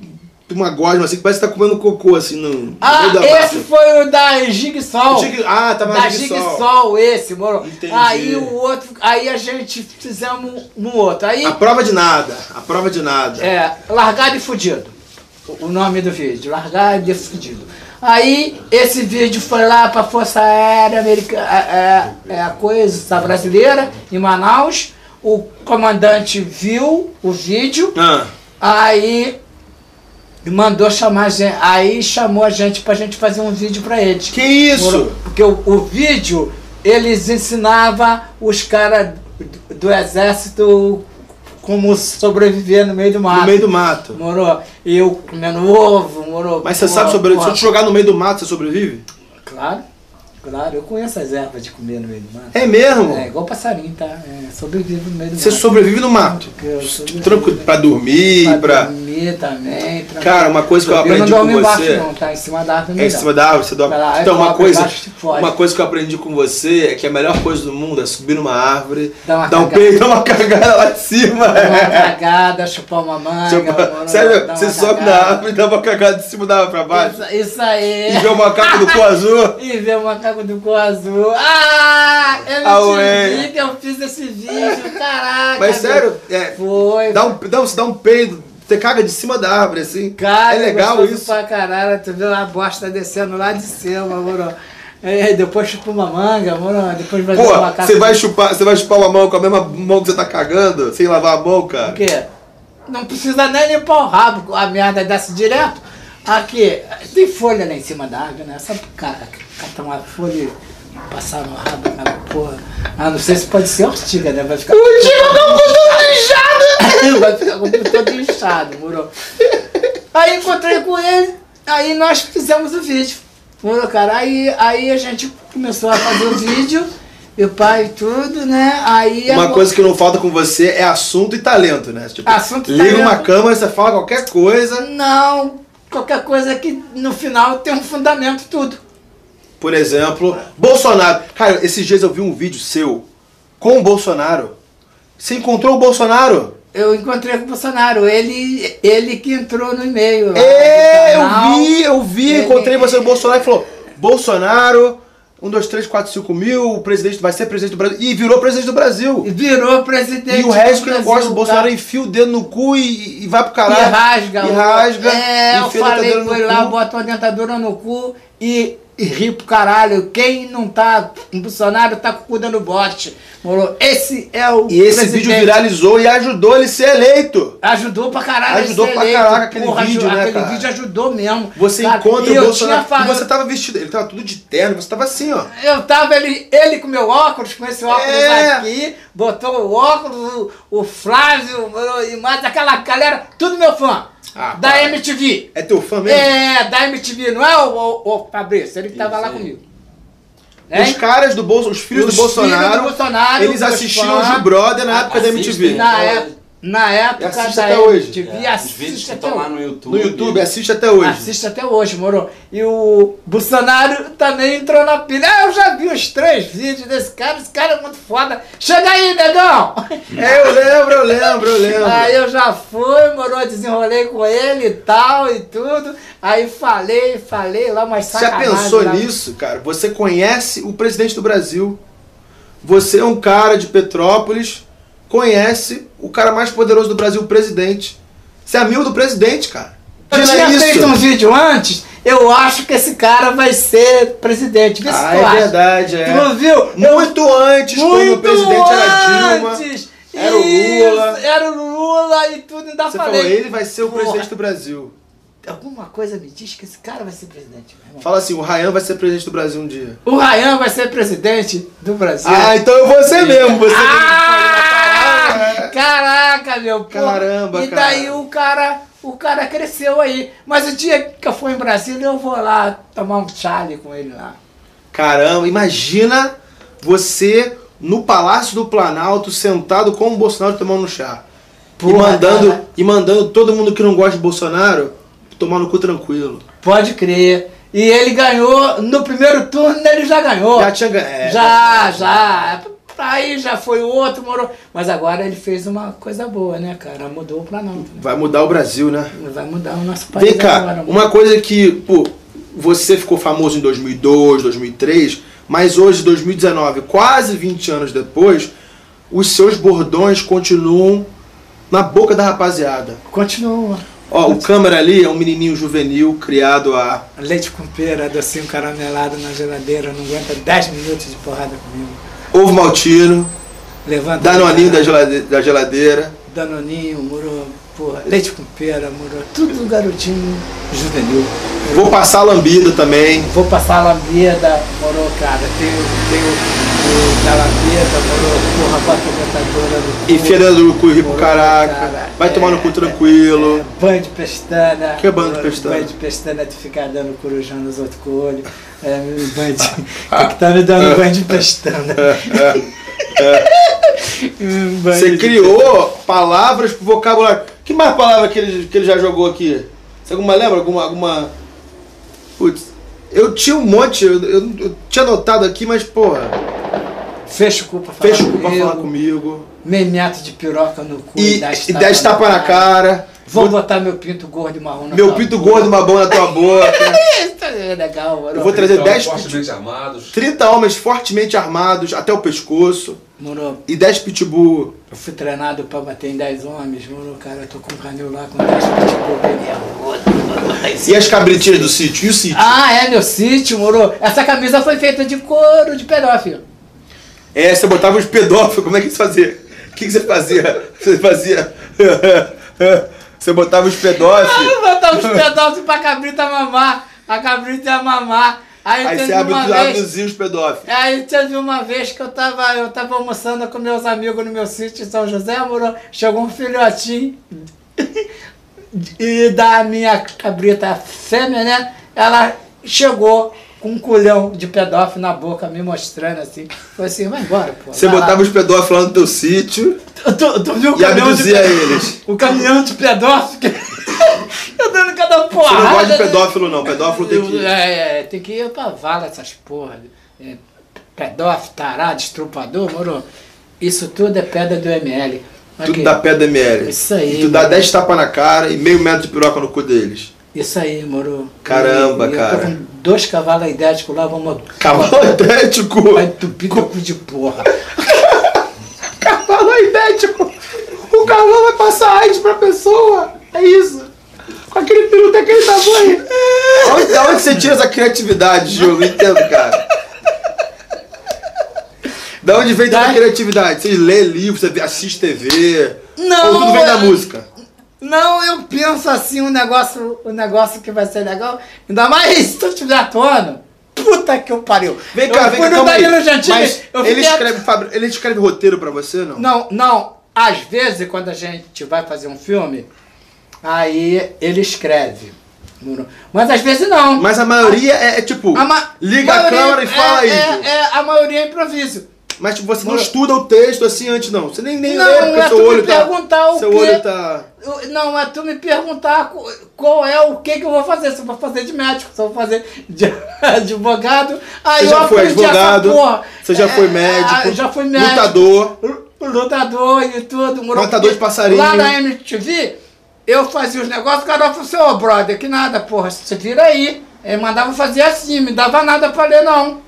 [SPEAKER 1] uma gosma assim, que parece que tá comendo cocô assim no,
[SPEAKER 2] Ah,
[SPEAKER 1] no meio da
[SPEAKER 2] esse
[SPEAKER 1] mata.
[SPEAKER 2] foi o da Jigsaw.
[SPEAKER 1] O Jig- ah, tá mais
[SPEAKER 2] da
[SPEAKER 1] Jigsaw.
[SPEAKER 2] Jigsaw, esse, moro.
[SPEAKER 1] Entendi.
[SPEAKER 2] Aí o outro, aí a gente fizemos no outro. Aí,
[SPEAKER 1] A prova de nada, a prova de nada.
[SPEAKER 2] é, largado e fudido. O- O nome do vídeo, largado e fudido. Aí esse vídeo foi lá pra Força Aérea Americana, é, é, a coisa da brasileira, em Manaus. O comandante viu o vídeo.
[SPEAKER 1] Ah,
[SPEAKER 2] Aí mandou chamar a gente. Aí chamou a gente pra gente fazer um vídeo pra eles.
[SPEAKER 1] que isso?
[SPEAKER 2] Porque o, o vídeo, eles ensinava os caras do, do exército como sobreviver no meio do mato.
[SPEAKER 1] No meio do mato.
[SPEAKER 2] Morou? Eu comendo ovo, morou.
[SPEAKER 1] Mas você
[SPEAKER 2] porra,
[SPEAKER 1] sabe sobreviver? Se eu
[SPEAKER 2] porra.
[SPEAKER 1] te jogar no meio do mato, você sobrevive?
[SPEAKER 2] Claro, claro, eu conheço as ervas de comer no meio do mato.
[SPEAKER 1] É mesmo?
[SPEAKER 2] É igual passarinho, tá? É, sobrevive no meio do
[SPEAKER 1] Você
[SPEAKER 2] mato.
[SPEAKER 1] sobrevive no mato.
[SPEAKER 2] Eu sobrevivo.
[SPEAKER 1] Tranquilo, pra dormir, pra.
[SPEAKER 2] dormir também. tranquilo.
[SPEAKER 1] Cara, uma coisa que eu aprendi
[SPEAKER 2] não
[SPEAKER 1] com
[SPEAKER 2] dorme embaixo,
[SPEAKER 1] você-
[SPEAKER 2] não, tá? Em cima da árvore.
[SPEAKER 1] É em
[SPEAKER 2] melhor.
[SPEAKER 1] cima da árvore, você dorme.
[SPEAKER 2] Vai lá, aí
[SPEAKER 1] então, uma
[SPEAKER 2] coloca
[SPEAKER 1] coisa,
[SPEAKER 2] embaixo de fora.
[SPEAKER 1] uma coisa que eu aprendi com você é que a melhor coisa do mundo é subir numa árvore,
[SPEAKER 2] Dá uma
[SPEAKER 1] um
[SPEAKER 2] cagada.
[SPEAKER 1] peito, dar uma cagada lá de cima.
[SPEAKER 2] Dar uma cagada, chupar uma manga.
[SPEAKER 1] Tipo,
[SPEAKER 2] mano,
[SPEAKER 1] é. sério,
[SPEAKER 2] dar
[SPEAKER 1] você
[SPEAKER 2] uma
[SPEAKER 1] sobe na
[SPEAKER 2] cagada.
[SPEAKER 1] árvore e dá uma cagada de cima da árvore pra baixo.
[SPEAKER 2] Isso, isso aí.
[SPEAKER 1] E vê o macaco do cu azul.
[SPEAKER 2] E ver o macaco do cu azul. Ah! Eu
[SPEAKER 1] Ah,
[SPEAKER 2] não
[SPEAKER 1] ué.
[SPEAKER 2] te vi que eu fiz esse vídeo, caraca.
[SPEAKER 1] Mas
[SPEAKER 2] meu.
[SPEAKER 1] sério, é,
[SPEAKER 2] Foi.
[SPEAKER 1] dá um, dá, um, dá um peido, você caga de cima da árvore, assim.
[SPEAKER 2] Cara,
[SPEAKER 1] é legal
[SPEAKER 2] gostoso
[SPEAKER 1] isso.
[SPEAKER 2] Pra caralho, tu viu a bosta descendo lá de cima, moro. É, depois chupa uma manga, moro. Depois vai
[SPEAKER 1] Pô,
[SPEAKER 2] ver o macaco.
[SPEAKER 1] você vai
[SPEAKER 2] do-
[SPEAKER 1] chupar, você vai chupar uma mão com a mesma mão que você tá cagando, sem lavar a mão, cara.
[SPEAKER 2] Porque não precisa nem limpar o rabo, a merda desce direto. Aqui, tem folha lá em cima da árvore, né? Só pro cara catar uma folha e passar no rabo, cara, porra. Ah, não sei se pode ser ortiga, né? Vai ficar. Ortiga não, com todo inchado! Vai ficar tá com o cu todo inchado, moro? Aí encontrei com ele, aí nós fizemos o vídeo. Moro, cara? Aí, aí a gente começou a fazer o vídeo, meu pai e tudo, né? Aí
[SPEAKER 1] Uma
[SPEAKER 2] agora-
[SPEAKER 1] coisa que não falta com você é assunto e talento, né? Tipo,
[SPEAKER 2] Assunto e
[SPEAKER 1] liga
[SPEAKER 2] talento.
[SPEAKER 1] uma câmera, você fala qualquer coisa.
[SPEAKER 2] Não, qualquer coisa que no final tem um fundamento tudo.
[SPEAKER 1] Por exemplo, Bolsonaro. Cara, esses dias eu vi um vídeo seu com o Bolsonaro. Você encontrou o Bolsonaro?
[SPEAKER 2] Eu encontrei com o Bolsonaro, ele, ele que entrou no e-mail. lá
[SPEAKER 1] É,
[SPEAKER 2] do
[SPEAKER 1] eu
[SPEAKER 2] canal.
[SPEAKER 1] vi, eu vi,
[SPEAKER 2] Ele-
[SPEAKER 1] encontrei você no Bolsonaro e falou: Bolsonaro, 1, 2, 3, 4, 5 mil, o presidente vai ser presidente do Brasil. E virou presidente do Brasil.
[SPEAKER 2] E Virou presidente.
[SPEAKER 1] E o resto que
[SPEAKER 2] do
[SPEAKER 1] não
[SPEAKER 2] tipo Brasil,
[SPEAKER 1] gosta do Bolsonaro
[SPEAKER 2] tá?
[SPEAKER 1] enfia o dedo no cu e, e vai pro
[SPEAKER 2] e
[SPEAKER 1] caralho.
[SPEAKER 2] rasga.
[SPEAKER 1] E
[SPEAKER 2] o-
[SPEAKER 1] rasga.
[SPEAKER 2] É, eu
[SPEAKER 1] enfia a dentadura
[SPEAKER 2] falei
[SPEAKER 1] no
[SPEAKER 2] foi lá,
[SPEAKER 1] cu.
[SPEAKER 2] botou a dentadura no cu e e ri pro caralho. Quem não tá com Bolsonaro tá com o cu dando bote. Moro, esse é o.
[SPEAKER 1] E esse
[SPEAKER 2] presidente.
[SPEAKER 1] vídeo viralizou e ajudou ele ser eleito.
[SPEAKER 2] Ajudou pra caralho.
[SPEAKER 1] Ajudou
[SPEAKER 2] esse
[SPEAKER 1] pra
[SPEAKER 2] eleito.
[SPEAKER 1] caraca aquele
[SPEAKER 2] Porra,
[SPEAKER 1] vídeo,
[SPEAKER 2] aju-
[SPEAKER 1] né,
[SPEAKER 2] Aquele
[SPEAKER 1] cara?
[SPEAKER 2] vídeo ajudou mesmo.
[SPEAKER 1] Você
[SPEAKER 2] sabe?
[SPEAKER 1] encontra
[SPEAKER 2] E
[SPEAKER 1] o
[SPEAKER 2] eu
[SPEAKER 1] Bolsonaro.
[SPEAKER 2] Tinha
[SPEAKER 1] E
[SPEAKER 2] falado,
[SPEAKER 1] você tava vestido, ele tava tudo de terno, você tava assim, ó.
[SPEAKER 2] Eu tava ele, ele com meu óculos, com esse óculos
[SPEAKER 1] É.
[SPEAKER 2] aqui, botou o óculos, o, o Flávio o- e mais aquela galera, tudo meu fã.
[SPEAKER 1] Ah,
[SPEAKER 2] da
[SPEAKER 1] para.
[SPEAKER 2] MTV.
[SPEAKER 1] É teu fã mesmo?
[SPEAKER 2] É, da MTV, não é o, o, o Fabrício, ele que tava lá comigo.
[SPEAKER 1] Os caras do Bolsonaro, os filhos
[SPEAKER 2] é. Os
[SPEAKER 1] do Bolsonaro,
[SPEAKER 2] filhos do Bolsonaro,
[SPEAKER 1] eles
[SPEAKER 2] meus
[SPEAKER 1] assistiam
[SPEAKER 2] fãs,
[SPEAKER 1] o Gil Brother na época da MTV.
[SPEAKER 4] assistem,
[SPEAKER 2] Na,
[SPEAKER 4] até
[SPEAKER 2] é, na época
[SPEAKER 1] assiste
[SPEAKER 2] da
[SPEAKER 1] até hoje.
[SPEAKER 2] MTV,
[SPEAKER 4] É, os vídeos
[SPEAKER 2] assiste
[SPEAKER 4] que
[SPEAKER 2] até
[SPEAKER 4] estão lá
[SPEAKER 2] hoje.
[SPEAKER 4] no YouTube.
[SPEAKER 1] No YouTube, assiste até hoje.
[SPEAKER 2] Assiste até hoje, moro. E o Bolsonaro também entrou na pilha. Ah, Eu já vi os três vídeos desse cara, esse cara é muito foda. Chega aí, negão!
[SPEAKER 1] É, eu lembro, eu lembro, eu lembro.
[SPEAKER 2] Aí eu já fui, moro, desenrolei com ele e tal e tudo. Aí falei, falei lá, mas
[SPEAKER 1] Você já
[SPEAKER 2] sacanagem.
[SPEAKER 1] pensou
[SPEAKER 2] lá.
[SPEAKER 1] nisso, cara? Você conhece o presidente do Brasil. Você é um cara de Petrópolis, conhece o cara mais poderoso do Brasil, o presidente. Você é amigo do presidente, cara.
[SPEAKER 2] Eu
[SPEAKER 1] Imagina
[SPEAKER 2] tinha
[SPEAKER 1] isso.
[SPEAKER 2] feito um vídeo antes, eu acho que esse cara vai ser presidente. Vê se
[SPEAKER 1] Ah,
[SPEAKER 2] tu
[SPEAKER 1] é
[SPEAKER 2] acha.
[SPEAKER 1] verdade, é.
[SPEAKER 2] Tu não viu?
[SPEAKER 1] Muito antes, quando o presidente era Dilma.
[SPEAKER 2] antes.
[SPEAKER 1] era o Lula.
[SPEAKER 2] Isso, Era o Lula e tudo, ainda
[SPEAKER 1] Você
[SPEAKER 2] falei.
[SPEAKER 1] falou, ele vai ser o
[SPEAKER 2] Porra.
[SPEAKER 1] presidente do Brasil.
[SPEAKER 2] Alguma coisa me diz que esse cara vai ser presidente, meu irmão.
[SPEAKER 1] Fala assim, o Ryan vai ser presidente do Brasil um dia.
[SPEAKER 2] O Rayan vai ser presidente do Brasil.
[SPEAKER 1] Ah, então eu vou ser mesmo. Você
[SPEAKER 2] Ah! Caraca, meu pô.
[SPEAKER 1] né? Caramba,
[SPEAKER 2] E daí
[SPEAKER 1] cara.
[SPEAKER 2] o cara, o cara cresceu aí. Mas o dia que eu for em Brasília, eu vou lá tomar um chale com ele lá.
[SPEAKER 1] Caramba, imagina você no Palácio do Planalto, sentado com o Bolsonaro tomando um chá. e,
[SPEAKER 2] Porra,
[SPEAKER 1] mandando,
[SPEAKER 2] cara.
[SPEAKER 1] e mandando todo mundo que não gosta de Bolsonaro tomar no cu tranquilo.
[SPEAKER 2] Pode crer. E ele ganhou, no primeiro turno ele já ganhou.
[SPEAKER 1] Já tinha ganho. é.
[SPEAKER 2] Já, já. Aí já foi outro, morou. Mas agora ele fez uma coisa boa, né, cara? Mudou o Planalto.
[SPEAKER 1] Vai mudar o Brasil, né?
[SPEAKER 2] Vai mudar o nosso país
[SPEAKER 1] Vem cá,
[SPEAKER 2] agora.
[SPEAKER 1] uma coisa que, pô, você ficou famoso em 2002, 2003, mas hoje, 2019, quase 20 anos depois, os seus bordões continuam na boca da rapaziada.
[SPEAKER 2] Continua.
[SPEAKER 1] Ó, o câmera ali é um menininho juvenil criado a
[SPEAKER 2] Leite com pera, docinho caramelado na geladeira, não aguenta 10 minutos de porrada comigo.
[SPEAKER 1] ovo maltino,
[SPEAKER 2] Levanta.
[SPEAKER 1] danoninho da gelade- da geladeira.
[SPEAKER 2] Danoninho, moro, porra, leite com pera, moro, tudo garotinho juvenil.
[SPEAKER 1] Vou passar lambida também.
[SPEAKER 2] Vou passar a lambida, moro, cara, tenho, tenho o da lambida, moro, porra, bota a botadora no cu.
[SPEAKER 1] E Fernando do cu e ri pro
[SPEAKER 2] Moro,
[SPEAKER 1] caraca. Vai
[SPEAKER 2] é,
[SPEAKER 1] tomar no cu
[SPEAKER 2] é,
[SPEAKER 1] tranquilo.
[SPEAKER 2] é, banho de pestana.
[SPEAKER 1] Que banho de pestana?
[SPEAKER 2] Banho de pestana é de ficar dando corujão nos outros com o olho. É, banho de... Tem que tá me dando banho de pestana. Hum, banho
[SPEAKER 1] Você
[SPEAKER 2] de-
[SPEAKER 1] criou palavras pro vocabulário. Que mais palavra que ele, que ele já jogou aqui? Você alguma lembra? Alguma. alguma... Putz, eu tinha um monte, eu, eu- eu tinha anotado aqui, mas porra,
[SPEAKER 2] Fecha o cu pra falar
[SPEAKER 1] fecha o cu pra
[SPEAKER 2] comigo.
[SPEAKER 1] falar comigo.
[SPEAKER 2] Memeato de piroca no cu.
[SPEAKER 1] E, e 10
[SPEAKER 2] tapa
[SPEAKER 1] tapas na cara.
[SPEAKER 2] Vou
[SPEAKER 1] Vou-
[SPEAKER 2] botar meu pinto gordo e marrom na
[SPEAKER 1] Meu
[SPEAKER 2] tua
[SPEAKER 1] pinto
[SPEAKER 2] boca.
[SPEAKER 1] gordo, uma mão na tua boca.
[SPEAKER 2] Isso é legal, moro.
[SPEAKER 1] Eu vou trazer
[SPEAKER 4] Então,
[SPEAKER 1] 10
[SPEAKER 4] fortemente armados.
[SPEAKER 1] 30 homens fortemente armados até o pescoço
[SPEAKER 2] Moro,
[SPEAKER 1] e 10 pitbull.
[SPEAKER 2] Eu fui treinado pra bater em 10 homens, mano. Cara, eu tô com um canil lá com 10 pitbull bem nervoso.
[SPEAKER 1] E as cabritinhas do sítio? E o sítio?
[SPEAKER 2] Ah, é meu sítio, moro. Essa camisa foi feita de couro de pedófilo.
[SPEAKER 1] É, você botava os pedófilos, como é que isso fazia? O que, que você fazia? Você fazia. Você botava os pedófilos.
[SPEAKER 2] Ah, Eu botava os pedófilos pra cabrita mamar. A cabrita ia mamar. Aí,
[SPEAKER 1] Aí
[SPEAKER 2] teve
[SPEAKER 1] você abdu-
[SPEAKER 2] Ah, uma vez... É,
[SPEAKER 1] abduzia os pedófilos.
[SPEAKER 2] Aí teve uma vez que eu tava, eu tava almoçando com meus amigos no meu sítio em São José, amor, chegou um filhotinho e da minha cabrita fêmea, né? Ela chegou com um culhão de pedófilo na boca, me mostrando assim. Falei assim, vai embora, pô.
[SPEAKER 1] Você
[SPEAKER 2] vai lá."
[SPEAKER 1] botava os pedófilos lá no teu sítio
[SPEAKER 2] Tu, tu viu o
[SPEAKER 1] e
[SPEAKER 2] caminhão de
[SPEAKER 1] abduzia
[SPEAKER 2] pedófilo?
[SPEAKER 1] eles.
[SPEAKER 2] O caminhão de pedófilo que... eu dando cada
[SPEAKER 1] Você
[SPEAKER 2] porrada.
[SPEAKER 1] não gosta de
[SPEAKER 2] né?
[SPEAKER 1] pedófilo, não. Pedófilo tem que.
[SPEAKER 2] É, é, tem que ir pra vala essas porra. É, pedófilo, tarado, estrupador, moro. Isso tudo é pedra do ML.
[SPEAKER 1] Tudo
[SPEAKER 2] Aqui,
[SPEAKER 1] dá pedra ML.
[SPEAKER 2] Isso aí,
[SPEAKER 1] E tu dá
[SPEAKER 2] mano.
[SPEAKER 1] 10 tapas na cara e meio metro de piroca no cu deles.
[SPEAKER 2] Isso aí, moro.
[SPEAKER 1] Caramba,
[SPEAKER 2] eu,
[SPEAKER 1] cara.
[SPEAKER 2] Eu tô com dois cavalos idéticos lá, vamos.
[SPEAKER 1] Cavalo idêntico!
[SPEAKER 2] Vai entupir teu cu de porra.
[SPEAKER 1] Cavalo idêntico! O cavalo vai tá passar AIDS pra pessoa! É isso! Com aquele peru daquele tamanho! Olha Da onde você tira essa criatividade, Gil? Não entendo, cara. Da onde vem toda
[SPEAKER 2] Da-
[SPEAKER 1] a criatividade? Vocês lê livros, você vê- assiste TV.
[SPEAKER 2] Não,
[SPEAKER 1] Ou tudo vem da
[SPEAKER 2] é-
[SPEAKER 1] música.
[SPEAKER 2] Não, eu penso assim, um negócio, um negócio que vai ser legal. Ainda mais se tu estiver atuando. Puta que eu pariu.
[SPEAKER 1] Vem cá,
[SPEAKER 2] eu
[SPEAKER 1] vem cá,
[SPEAKER 2] fui no
[SPEAKER 1] calma aí.
[SPEAKER 2] Danilo Gentili,
[SPEAKER 1] Mas
[SPEAKER 2] eu
[SPEAKER 1] ele,
[SPEAKER 2] fiquei atu-
[SPEAKER 1] escreve, Fabri- ele escreve roteiro pra você, não?
[SPEAKER 2] Não, não. Às vezes, quando a gente vai fazer um filme, aí ele escreve. Mas às vezes não.
[SPEAKER 1] Mas a maioria é, é tipo,
[SPEAKER 2] A ma-
[SPEAKER 1] liga a
[SPEAKER 2] maioria-
[SPEAKER 1] câmera e fala
[SPEAKER 2] é,
[SPEAKER 1] aí. Gil.
[SPEAKER 2] É, é, a maioria é improviso.
[SPEAKER 1] Mas tipo, você não
[SPEAKER 2] Mano.
[SPEAKER 1] estuda o texto assim antes, não. Você nem, nem
[SPEAKER 2] Não,
[SPEAKER 1] lê, porque
[SPEAKER 2] é tu
[SPEAKER 1] seu
[SPEAKER 2] me
[SPEAKER 1] olho tá.
[SPEAKER 2] perguntar o
[SPEAKER 1] seu
[SPEAKER 2] quê?
[SPEAKER 1] olho tá.
[SPEAKER 2] Eu- Não, é tu me perguntar co- qual é o que, que eu vou fazer. Se eu vou fazer de médico, se eu vou fazer de advogado.
[SPEAKER 1] Você
[SPEAKER 2] Aí eu
[SPEAKER 1] já foi
[SPEAKER 2] aprendi essa
[SPEAKER 1] advogado,
[SPEAKER 2] porra.
[SPEAKER 1] você já
[SPEAKER 2] É,
[SPEAKER 1] foi médico,
[SPEAKER 2] eu já fui médico.
[SPEAKER 1] lutador.
[SPEAKER 2] Lu- Lutador e tudo. moro-
[SPEAKER 1] Matador de passarinho.
[SPEAKER 2] Lá na MTV, eu fazia os negócios, o cara falou assim, ô brother, que nada, porra, se vira aí. Ele mandava fazer assim, me dava nada pra ler não.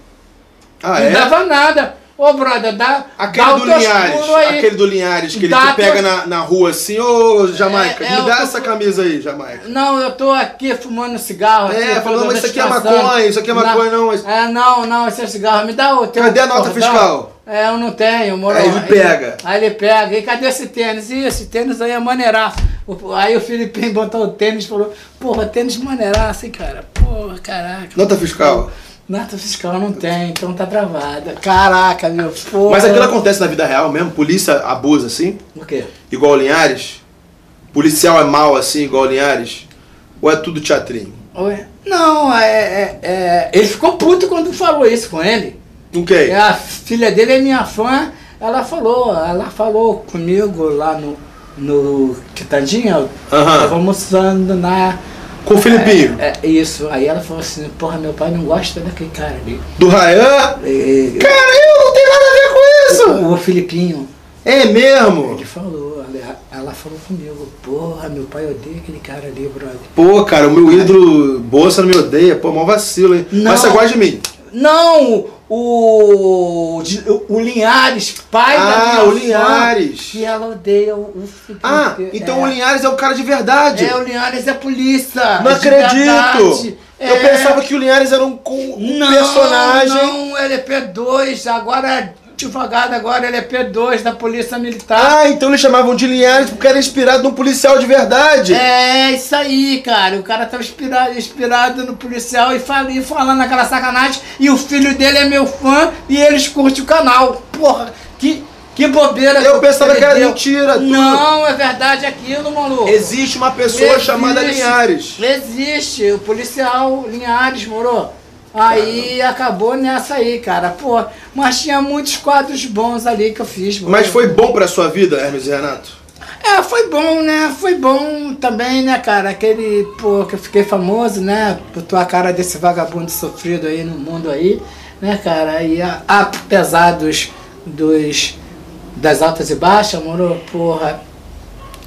[SPEAKER 1] Ah,
[SPEAKER 2] Não
[SPEAKER 1] é?
[SPEAKER 2] dava nada. Ô brother, dá,
[SPEAKER 1] Aquele
[SPEAKER 2] dá o
[SPEAKER 1] do
[SPEAKER 2] teu
[SPEAKER 1] Linhares,
[SPEAKER 2] escuro aí.
[SPEAKER 1] aquele do Linhares que ele
[SPEAKER 2] Dá
[SPEAKER 1] tu pega
[SPEAKER 2] teu-
[SPEAKER 1] na, na rua assim, ô Jamaica,
[SPEAKER 2] É, é,
[SPEAKER 1] me
[SPEAKER 2] eu
[SPEAKER 1] dá
[SPEAKER 2] tô-
[SPEAKER 1] essa camisa aí, Jamaica.
[SPEAKER 2] Não, eu tô aqui fumando cigarro.
[SPEAKER 1] É,
[SPEAKER 2] aqui,
[SPEAKER 1] falando,
[SPEAKER 2] toda
[SPEAKER 1] mas isso aqui é
[SPEAKER 2] descansando.
[SPEAKER 1] maconha, isso aqui é maconha, não, isso-
[SPEAKER 2] É, não, não, isso é cigarro. Me dá o teu.
[SPEAKER 1] Cadê a nota fiscal?
[SPEAKER 2] É, eu não tenho, moro.
[SPEAKER 1] Aí ele pega.
[SPEAKER 2] Aí ele pega. E cadê esse tênis? Ih, esse tênis aí é maneiraço. O- Aí o Filipinho botou o tênis e falou: Porra, tênis maneiraço, hein, cara? Porra, caraca.
[SPEAKER 1] Nota fiscal.
[SPEAKER 2] Nota fiscal não tem, então tá travada. Caraca, meu porra.
[SPEAKER 1] Mas aquilo acontece na vida real mesmo? Polícia abusa assim,
[SPEAKER 2] O quê?
[SPEAKER 1] igual o Linhares? Policial é mal assim, igual o Linhares? Ou é tudo teatrinho?
[SPEAKER 2] Oi? Não, é- é- é. Ele ficou puto quando falou isso com ele.
[SPEAKER 1] Não quer?
[SPEAKER 2] É, A filha dele é minha fã, ela falou, ela falou comigo lá no, no Quitandinha, eu
[SPEAKER 1] Aham.
[SPEAKER 2] tava almoçando na.
[SPEAKER 1] Com o Filipinho.
[SPEAKER 2] É, é, isso, aí ela falou assim, porra, meu pai não gosta daquele cara ali.
[SPEAKER 1] Do Rayan?
[SPEAKER 2] É, é,
[SPEAKER 1] Cara, eu não tenho nada a ver com isso!
[SPEAKER 2] o, o Filipinho,
[SPEAKER 1] É mesmo?
[SPEAKER 2] ele falou, ela, ela falou comigo, porra, meu pai odeia aquele cara ali, brother.
[SPEAKER 1] Pô, cara, o meu ídolo Bolsa não me odeia. Pô, mó vacilo, hein?
[SPEAKER 2] é. Não.
[SPEAKER 1] Mas você gosta de mim.
[SPEAKER 2] Não, o, o de- o Linhares, pai
[SPEAKER 1] Ah,
[SPEAKER 2] da minha
[SPEAKER 1] o
[SPEAKER 2] fã,
[SPEAKER 1] Linhares.
[SPEAKER 2] que ela odeia o, o Filipinho.
[SPEAKER 1] Ah,
[SPEAKER 2] porque-
[SPEAKER 1] então
[SPEAKER 2] é.
[SPEAKER 1] o Linhares é o cara de verdade.
[SPEAKER 2] É, o Linhares é polícia.
[SPEAKER 1] Não
[SPEAKER 2] de
[SPEAKER 1] acredito!
[SPEAKER 2] verdade.
[SPEAKER 1] Eu
[SPEAKER 2] É.
[SPEAKER 1] pensava que o Linhares era um, co- um
[SPEAKER 2] não,
[SPEAKER 1] personagem.
[SPEAKER 2] Não, ele é P2, agora é advogado, agora ele é P2 da Polícia Militar.
[SPEAKER 1] Ah, então eles chamavam de Linhares porque era inspirado num policial de verdade.
[SPEAKER 2] É isso aí, cara. O cara tá inspirado, inspirado no policial e, fala, e falando aquela sacanagem. E o filho dele é meu fã e eles curtem o canal. Porra, que, que bobeira.
[SPEAKER 1] Eu
[SPEAKER 2] que
[SPEAKER 1] pensava
[SPEAKER 2] ele
[SPEAKER 1] que era
[SPEAKER 2] deu.
[SPEAKER 1] mentira, tudo.
[SPEAKER 2] Não, é verdade aquilo, maluco.
[SPEAKER 1] Existe uma pessoa
[SPEAKER 2] Existe.
[SPEAKER 1] chamada Linhares.
[SPEAKER 2] Existe, o policial Linhares, moro? Aí acabou nessa aí, cara. Pô, mas tinha muitos quadros bons ali que eu fiz, moro?
[SPEAKER 1] Mas foi bom pra sua vida, Hermes e Renato?
[SPEAKER 2] É, foi bom, né? Foi bom também, né, cara? Aquele, pô, que eu fiquei famoso, né? Botou a cara desse vagabundo sofrido aí no mundo aí, né, cara? E a- apesar dos, dos, das altas e baixas, moro? Porra.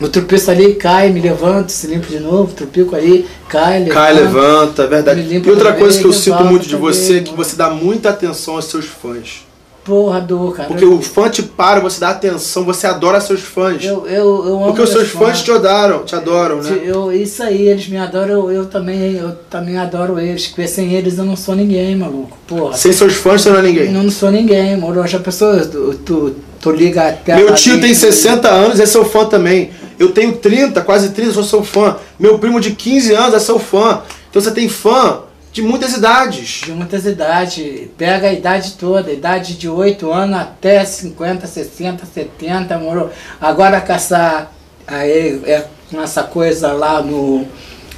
[SPEAKER 2] O trupiço ali cai, me levanto, se limpo de novo, trupico aí, cai, levanta.
[SPEAKER 1] Cai, levanta, é verdade.
[SPEAKER 2] Tá. Me limpa
[SPEAKER 1] E outra
[SPEAKER 2] também,
[SPEAKER 1] coisa que eu
[SPEAKER 2] me
[SPEAKER 1] sinto
[SPEAKER 2] volta
[SPEAKER 1] muito de
[SPEAKER 2] também, né?
[SPEAKER 1] você é que
[SPEAKER 2] mano.
[SPEAKER 1] você dá muita atenção aos seus fãs.
[SPEAKER 2] Porra, do cara.
[SPEAKER 1] Porque o fã te para, você dá atenção, você adora seus fãs.
[SPEAKER 2] eu, eu, eu amo
[SPEAKER 1] Porque os seus
[SPEAKER 2] meus
[SPEAKER 1] fãs te adoram, te adoram, né?
[SPEAKER 2] Eu, isso aí, eles me adoram, eu, eu também, eu também adoro eles, porque sem eles eu não sou ninguém, maluco. Porra.
[SPEAKER 1] Sem seus fãs você não é
[SPEAKER 2] Eu
[SPEAKER 1] ninguém.
[SPEAKER 2] não sou ninguém, moro. Já pessoa, tu, tu, tu liga até.
[SPEAKER 1] Meu tio tem 60 anos, é seu fã também. Eu tenho 30, quase 30, sou seu fã. Meu primo de 15 anos é seu fã. Então você tem fã de muitas idades.
[SPEAKER 2] De muitas idades, pega a idade toda, idade de 8 anos até 50, 60, 70, moro. Agora com essa, aí, é, com essa coisa lá no,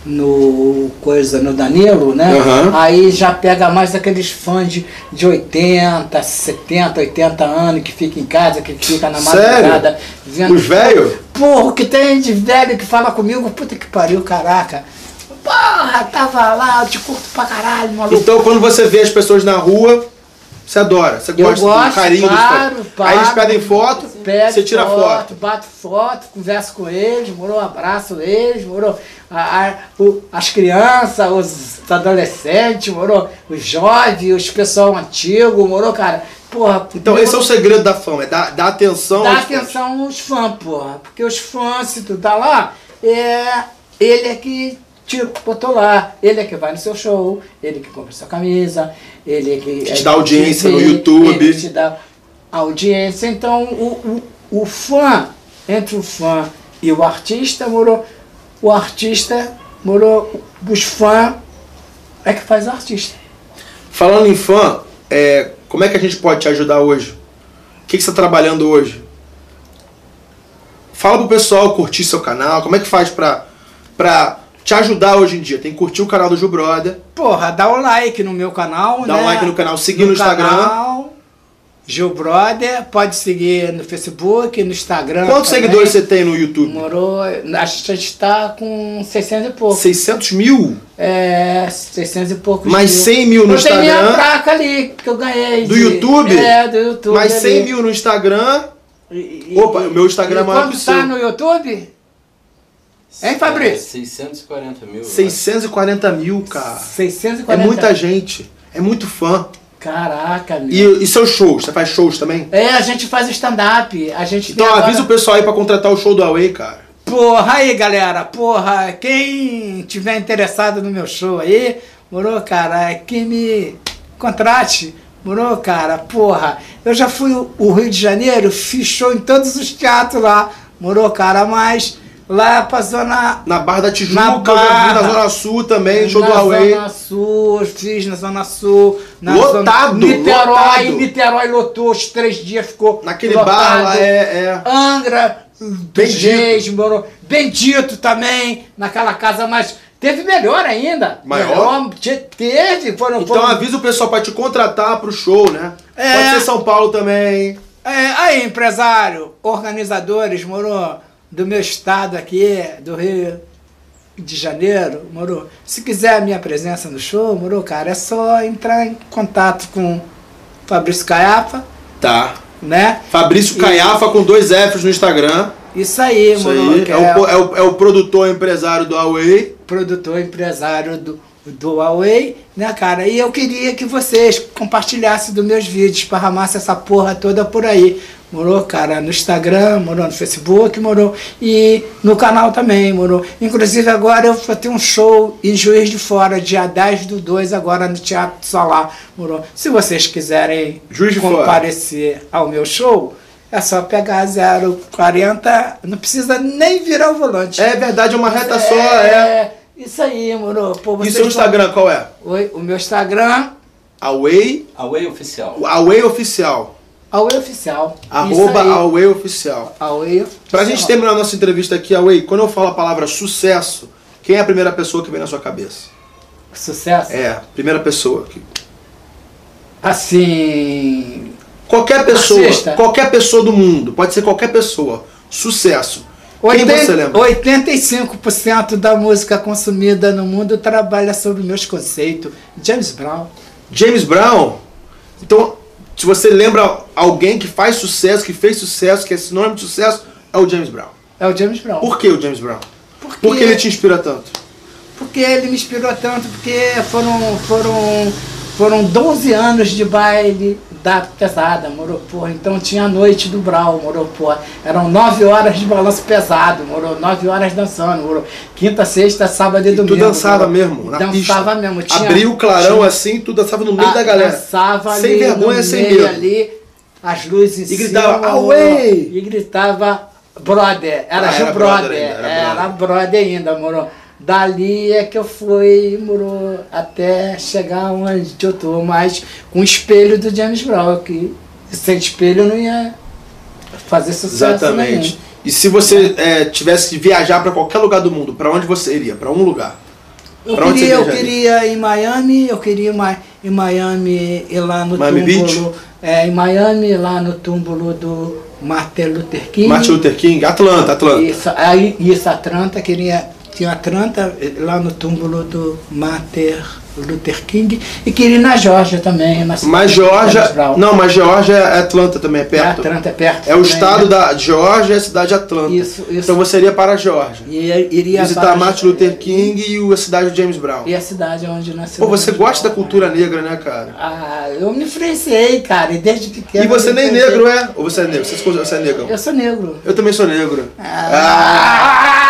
[SPEAKER 2] no, coisa, no Danilo, né?
[SPEAKER 1] Aham.
[SPEAKER 2] Aí já pega mais aqueles fãs de, de 80, 70, 80 anos que fica em casa, que fica na
[SPEAKER 1] Sério?
[SPEAKER 2] madrugada. vendo-
[SPEAKER 1] Os velhos?
[SPEAKER 2] Porra, o que tem de velho que fala comigo, puta que pariu, caraca. Porra, tava lá, eu te curto pra caralho, maluco.
[SPEAKER 1] Então quando você vê as pessoas na rua, você adora. Você gosta do
[SPEAKER 2] gosto,
[SPEAKER 1] carinho
[SPEAKER 2] paro,
[SPEAKER 1] dos fãs. Aí
[SPEAKER 2] paro.
[SPEAKER 1] eles pedem foto,
[SPEAKER 2] Pego
[SPEAKER 1] você tira foto.
[SPEAKER 2] Bato foto, converso com eles, morou, abraço eles, morou a- a- o- as crianças, os adolescentes, morou os jovens, os pessoal antigo, morou, cara. Porra,
[SPEAKER 1] Então
[SPEAKER 2] comigo-
[SPEAKER 1] esse é o segredo da fama, é dar, dar atenção
[SPEAKER 2] Dá
[SPEAKER 1] aos fãs.
[SPEAKER 2] atenção aos fãs, porra. Porque os fãs, se tu tá lá, é, ele é que Tiro, botou lá, ele é que vai no seu show, ele que compra sua camisa, ele é que.
[SPEAKER 1] Te
[SPEAKER 2] é
[SPEAKER 1] dá
[SPEAKER 2] que
[SPEAKER 1] audiência no
[SPEAKER 2] vê,
[SPEAKER 1] YouTube.
[SPEAKER 2] Ele te dá audiência. Então, o, o, o fã, entre o fã e o artista, morou. O artista morou. Os fãs é que faz o artista.
[SPEAKER 1] Falando em fã, é, como é que a gente pode te ajudar hoje? O que, que você está trabalhando hoje? Fala pro pessoal curtir seu canal, como é que faz pra, pra te ajudar hoje em dia? Tem que curtir o canal do Ju Brother,
[SPEAKER 2] Porra, dá um like no meu canal,
[SPEAKER 1] Dá
[SPEAKER 2] né?
[SPEAKER 1] um like no canal, seguir no Instagram.
[SPEAKER 2] Canal, Gil Brother, pode seguir no Facebook, no Instagram.
[SPEAKER 1] Quantos
[SPEAKER 2] também.
[SPEAKER 1] seguidores você tem no YouTube?
[SPEAKER 2] Morou, a gente tá com 600 e pouco.
[SPEAKER 1] 600 mil?
[SPEAKER 2] É, 600 e poucos.
[SPEAKER 1] Mais 100 mil no
[SPEAKER 2] Eu tenho minha
[SPEAKER 1] Instagram.
[SPEAKER 2] placa ali, que eu ganhei.
[SPEAKER 1] Do YouTube?
[SPEAKER 2] É, do YouTube.
[SPEAKER 1] Mais
[SPEAKER 2] ali.
[SPEAKER 1] 100 mil no Instagram.
[SPEAKER 2] E- e-
[SPEAKER 1] Opa, o meu Instagram
[SPEAKER 2] e
[SPEAKER 1] é maior
[SPEAKER 2] quando
[SPEAKER 1] que o
[SPEAKER 2] tá
[SPEAKER 1] seu.
[SPEAKER 2] no YouTube? Hein,
[SPEAKER 4] Fabrício?
[SPEAKER 2] Fabrício?
[SPEAKER 4] 640 mil. eu acho.
[SPEAKER 1] 640 mil, cara.
[SPEAKER 2] 640.
[SPEAKER 1] É muita gente. É muito fã.
[SPEAKER 2] Caraca, meu.
[SPEAKER 1] E, e seus shows? Você faz shows também?
[SPEAKER 2] É, a gente faz stand-up. A gente
[SPEAKER 1] Então
[SPEAKER 2] tem agora-
[SPEAKER 1] avisa o pessoal aí pra contratar o show do Away, cara.
[SPEAKER 2] Porra, aí galera, porra, quem tiver interessado no meu show aí, morou, cara, é que me contrate, morou, cara, porra. Eu já fui o- o Rio de Janeiro, fiz show em todos os teatros lá, morou, cara, mas lá é pra zona.
[SPEAKER 1] Na Barra da Tijuca, eu
[SPEAKER 2] Na
[SPEAKER 1] já vi na
[SPEAKER 2] Barra.
[SPEAKER 1] Zona Sul também, show
[SPEAKER 2] na
[SPEAKER 1] do Huawei.
[SPEAKER 2] Zona Sul, fiz na Zona Sul. Na
[SPEAKER 1] Lotado,
[SPEAKER 2] zona, Niterói,
[SPEAKER 1] lotado.
[SPEAKER 2] Niterói lotou os três dias, ficou.
[SPEAKER 1] Naquele
[SPEAKER 2] lotado.
[SPEAKER 1] bar lá, é, é.
[SPEAKER 2] Angra, Bendito, morou. Bendito também, naquela casa, mas teve melhor ainda.
[SPEAKER 1] Maior?
[SPEAKER 2] Melhor, te- teve, foram.
[SPEAKER 1] Então
[SPEAKER 2] foram-
[SPEAKER 1] avisa o pessoal pra te contratar pro show, né?
[SPEAKER 2] É.
[SPEAKER 1] Pode ser São Paulo também.
[SPEAKER 2] É, aí, empresário, organizadores, morou, do meu estado aqui, do Rio de Janeiro, morou. Se quiser a minha presença no show, morou, cara, é só entrar em contato com Fabrício Caiafa,
[SPEAKER 1] Tá.
[SPEAKER 2] né?
[SPEAKER 1] Fabrício
[SPEAKER 2] E-
[SPEAKER 1] Caiafa com dois Fs no Instagram.
[SPEAKER 2] Isso aí,
[SPEAKER 1] Isso
[SPEAKER 2] morou.
[SPEAKER 1] aí.
[SPEAKER 2] que
[SPEAKER 1] É o, po- é o- é o produtor empresário do Huawei.
[SPEAKER 2] produtor empresário do, do Huawei, né, cara? E eu queria que vocês compartilhassem dos meus vídeos, esparramassem essa porra toda por aí. Morou, cara, no Instagram, morou no Facebook, morou. E no canal também, morou. Inclusive agora eu vou ter um show em Juiz de Fora, dia 10 do 2, agora no Teatro Solar, morou. Se vocês quiserem
[SPEAKER 1] Juiz de Fora.
[SPEAKER 2] comparecer ao meu show, é só pegar 040, não precisa nem virar o volante.
[SPEAKER 1] É verdade, é uma reta só, é.
[SPEAKER 2] Isso aí, moro. Pô,
[SPEAKER 1] E
[SPEAKER 2] vocês
[SPEAKER 1] seu
[SPEAKER 2] vão-
[SPEAKER 1] Instagram qual é?
[SPEAKER 2] Oi, o meu Instagram,
[SPEAKER 1] Away,
[SPEAKER 4] Away né? oficial.
[SPEAKER 1] Away Oficial.
[SPEAKER 2] Aue Oficial.
[SPEAKER 1] Arroba
[SPEAKER 2] Isso aí,
[SPEAKER 1] Away Oficial.
[SPEAKER 2] Aue Oficial.
[SPEAKER 1] Pra gente terminar a nossa entrevista aqui, Away, quando eu falo a palavra sucesso, quem é a primeira pessoa que vem na sua cabeça?
[SPEAKER 2] Sucesso?
[SPEAKER 1] É, primeira pessoa. que-
[SPEAKER 2] Assim.
[SPEAKER 1] Qualquer pessoa,
[SPEAKER 2] Assista.
[SPEAKER 1] qualquer pessoa do mundo, pode ser qualquer pessoa. Sucesso. Quem você lembra?
[SPEAKER 2] 85% da música consumida no mundo trabalha sobre meus conceitos. James Brown.
[SPEAKER 1] James Brown. Então, se você lembra alguém que faz sucesso, que fez sucesso, que é sinônimo de sucesso, é o James Brown.
[SPEAKER 2] É o James Brown.
[SPEAKER 1] Por que o James Brown?
[SPEAKER 2] Porque-
[SPEAKER 1] Por que ele te inspira tanto?
[SPEAKER 2] Porque ele me inspirou tanto, porque foram, foram, foram 12 anos de baile da pesada, moro, porra. Então tinha a noite do Brau, moro, porra. Eram 9 horas de balanço pesado, moro, 9 horas dançando, moro. Quinta, sexta, sábado e,
[SPEAKER 1] E
[SPEAKER 2] domingo.
[SPEAKER 1] tu dançava
[SPEAKER 2] moro.
[SPEAKER 1] mesmo, na
[SPEAKER 2] dançava
[SPEAKER 1] pista.
[SPEAKER 2] mesmo. Tinha,
[SPEAKER 1] Abriu o clarão
[SPEAKER 2] tinha-
[SPEAKER 1] assim, tu dançava no meio
[SPEAKER 2] a-
[SPEAKER 1] da galera.
[SPEAKER 2] Dançava
[SPEAKER 1] sem
[SPEAKER 2] ali,
[SPEAKER 1] vergonha,
[SPEAKER 2] no
[SPEAKER 1] sem
[SPEAKER 2] meio
[SPEAKER 1] medo.
[SPEAKER 2] ali, as luzes em
[SPEAKER 1] E gritava,
[SPEAKER 2] cima,
[SPEAKER 1] "Away!"
[SPEAKER 2] E gritava, brother. Era,
[SPEAKER 1] Ah,
[SPEAKER 2] Gil
[SPEAKER 1] era
[SPEAKER 2] brother,
[SPEAKER 1] brother ainda, era
[SPEAKER 2] era,
[SPEAKER 1] brother.
[SPEAKER 2] brother ainda, moro. Dali é que eu fui, moro, até chegar onde eu tô, mas com o espelho do James Brown, que sem espelho eu não ia fazer sucesso
[SPEAKER 1] Exatamente.
[SPEAKER 2] nenhum.
[SPEAKER 1] E se você é, tivesse que viajar pra qualquer lugar do mundo, pra onde você iria? Pra um lugar.
[SPEAKER 2] Eu
[SPEAKER 1] Pra onde
[SPEAKER 2] queria,
[SPEAKER 1] você
[SPEAKER 2] eu
[SPEAKER 1] viajaria?
[SPEAKER 2] queria ir em Miami, eu queria ir ma- em Miami ir lá no
[SPEAKER 1] Miami
[SPEAKER 2] túmulo. É, em Miami, lá no túmulo do Martin Luther King.
[SPEAKER 1] Martin Luther King, Atlanta, Atlanta.
[SPEAKER 2] Isso, aí, isso, Atlanta, queria. Tinha Atlanta eh, lá no túmulo do Martin Luther King. E queria ir na Georgia também. Na
[SPEAKER 1] Mas Georgia. Não, mas Georgia é Atlanta também, é perto.
[SPEAKER 2] Atlanta é perto.
[SPEAKER 1] É o
[SPEAKER 2] também,
[SPEAKER 1] estado
[SPEAKER 2] né?
[SPEAKER 1] da Georgia, é a cidade de Atlanta.
[SPEAKER 2] Isso, isso.
[SPEAKER 1] Então você iria para a Georgia.
[SPEAKER 2] E eu iria
[SPEAKER 1] Visitar
[SPEAKER 2] para-
[SPEAKER 1] Martin Luther King e o- a cidade de James Brown.
[SPEAKER 2] E a cidade onde nasceu.
[SPEAKER 1] Pô, você gosta da cultura negra, né, cara?
[SPEAKER 2] Ah, eu me influenciei, cara, e desde pequeno.
[SPEAKER 1] E você
[SPEAKER 2] eu me
[SPEAKER 1] nem
[SPEAKER 2] influenciei.
[SPEAKER 1] é negro é? Ou você é negro? Você, se considera- você é negro?
[SPEAKER 2] Eu sou negro.
[SPEAKER 1] Eu também sou negro. Ah.
[SPEAKER 2] Ah!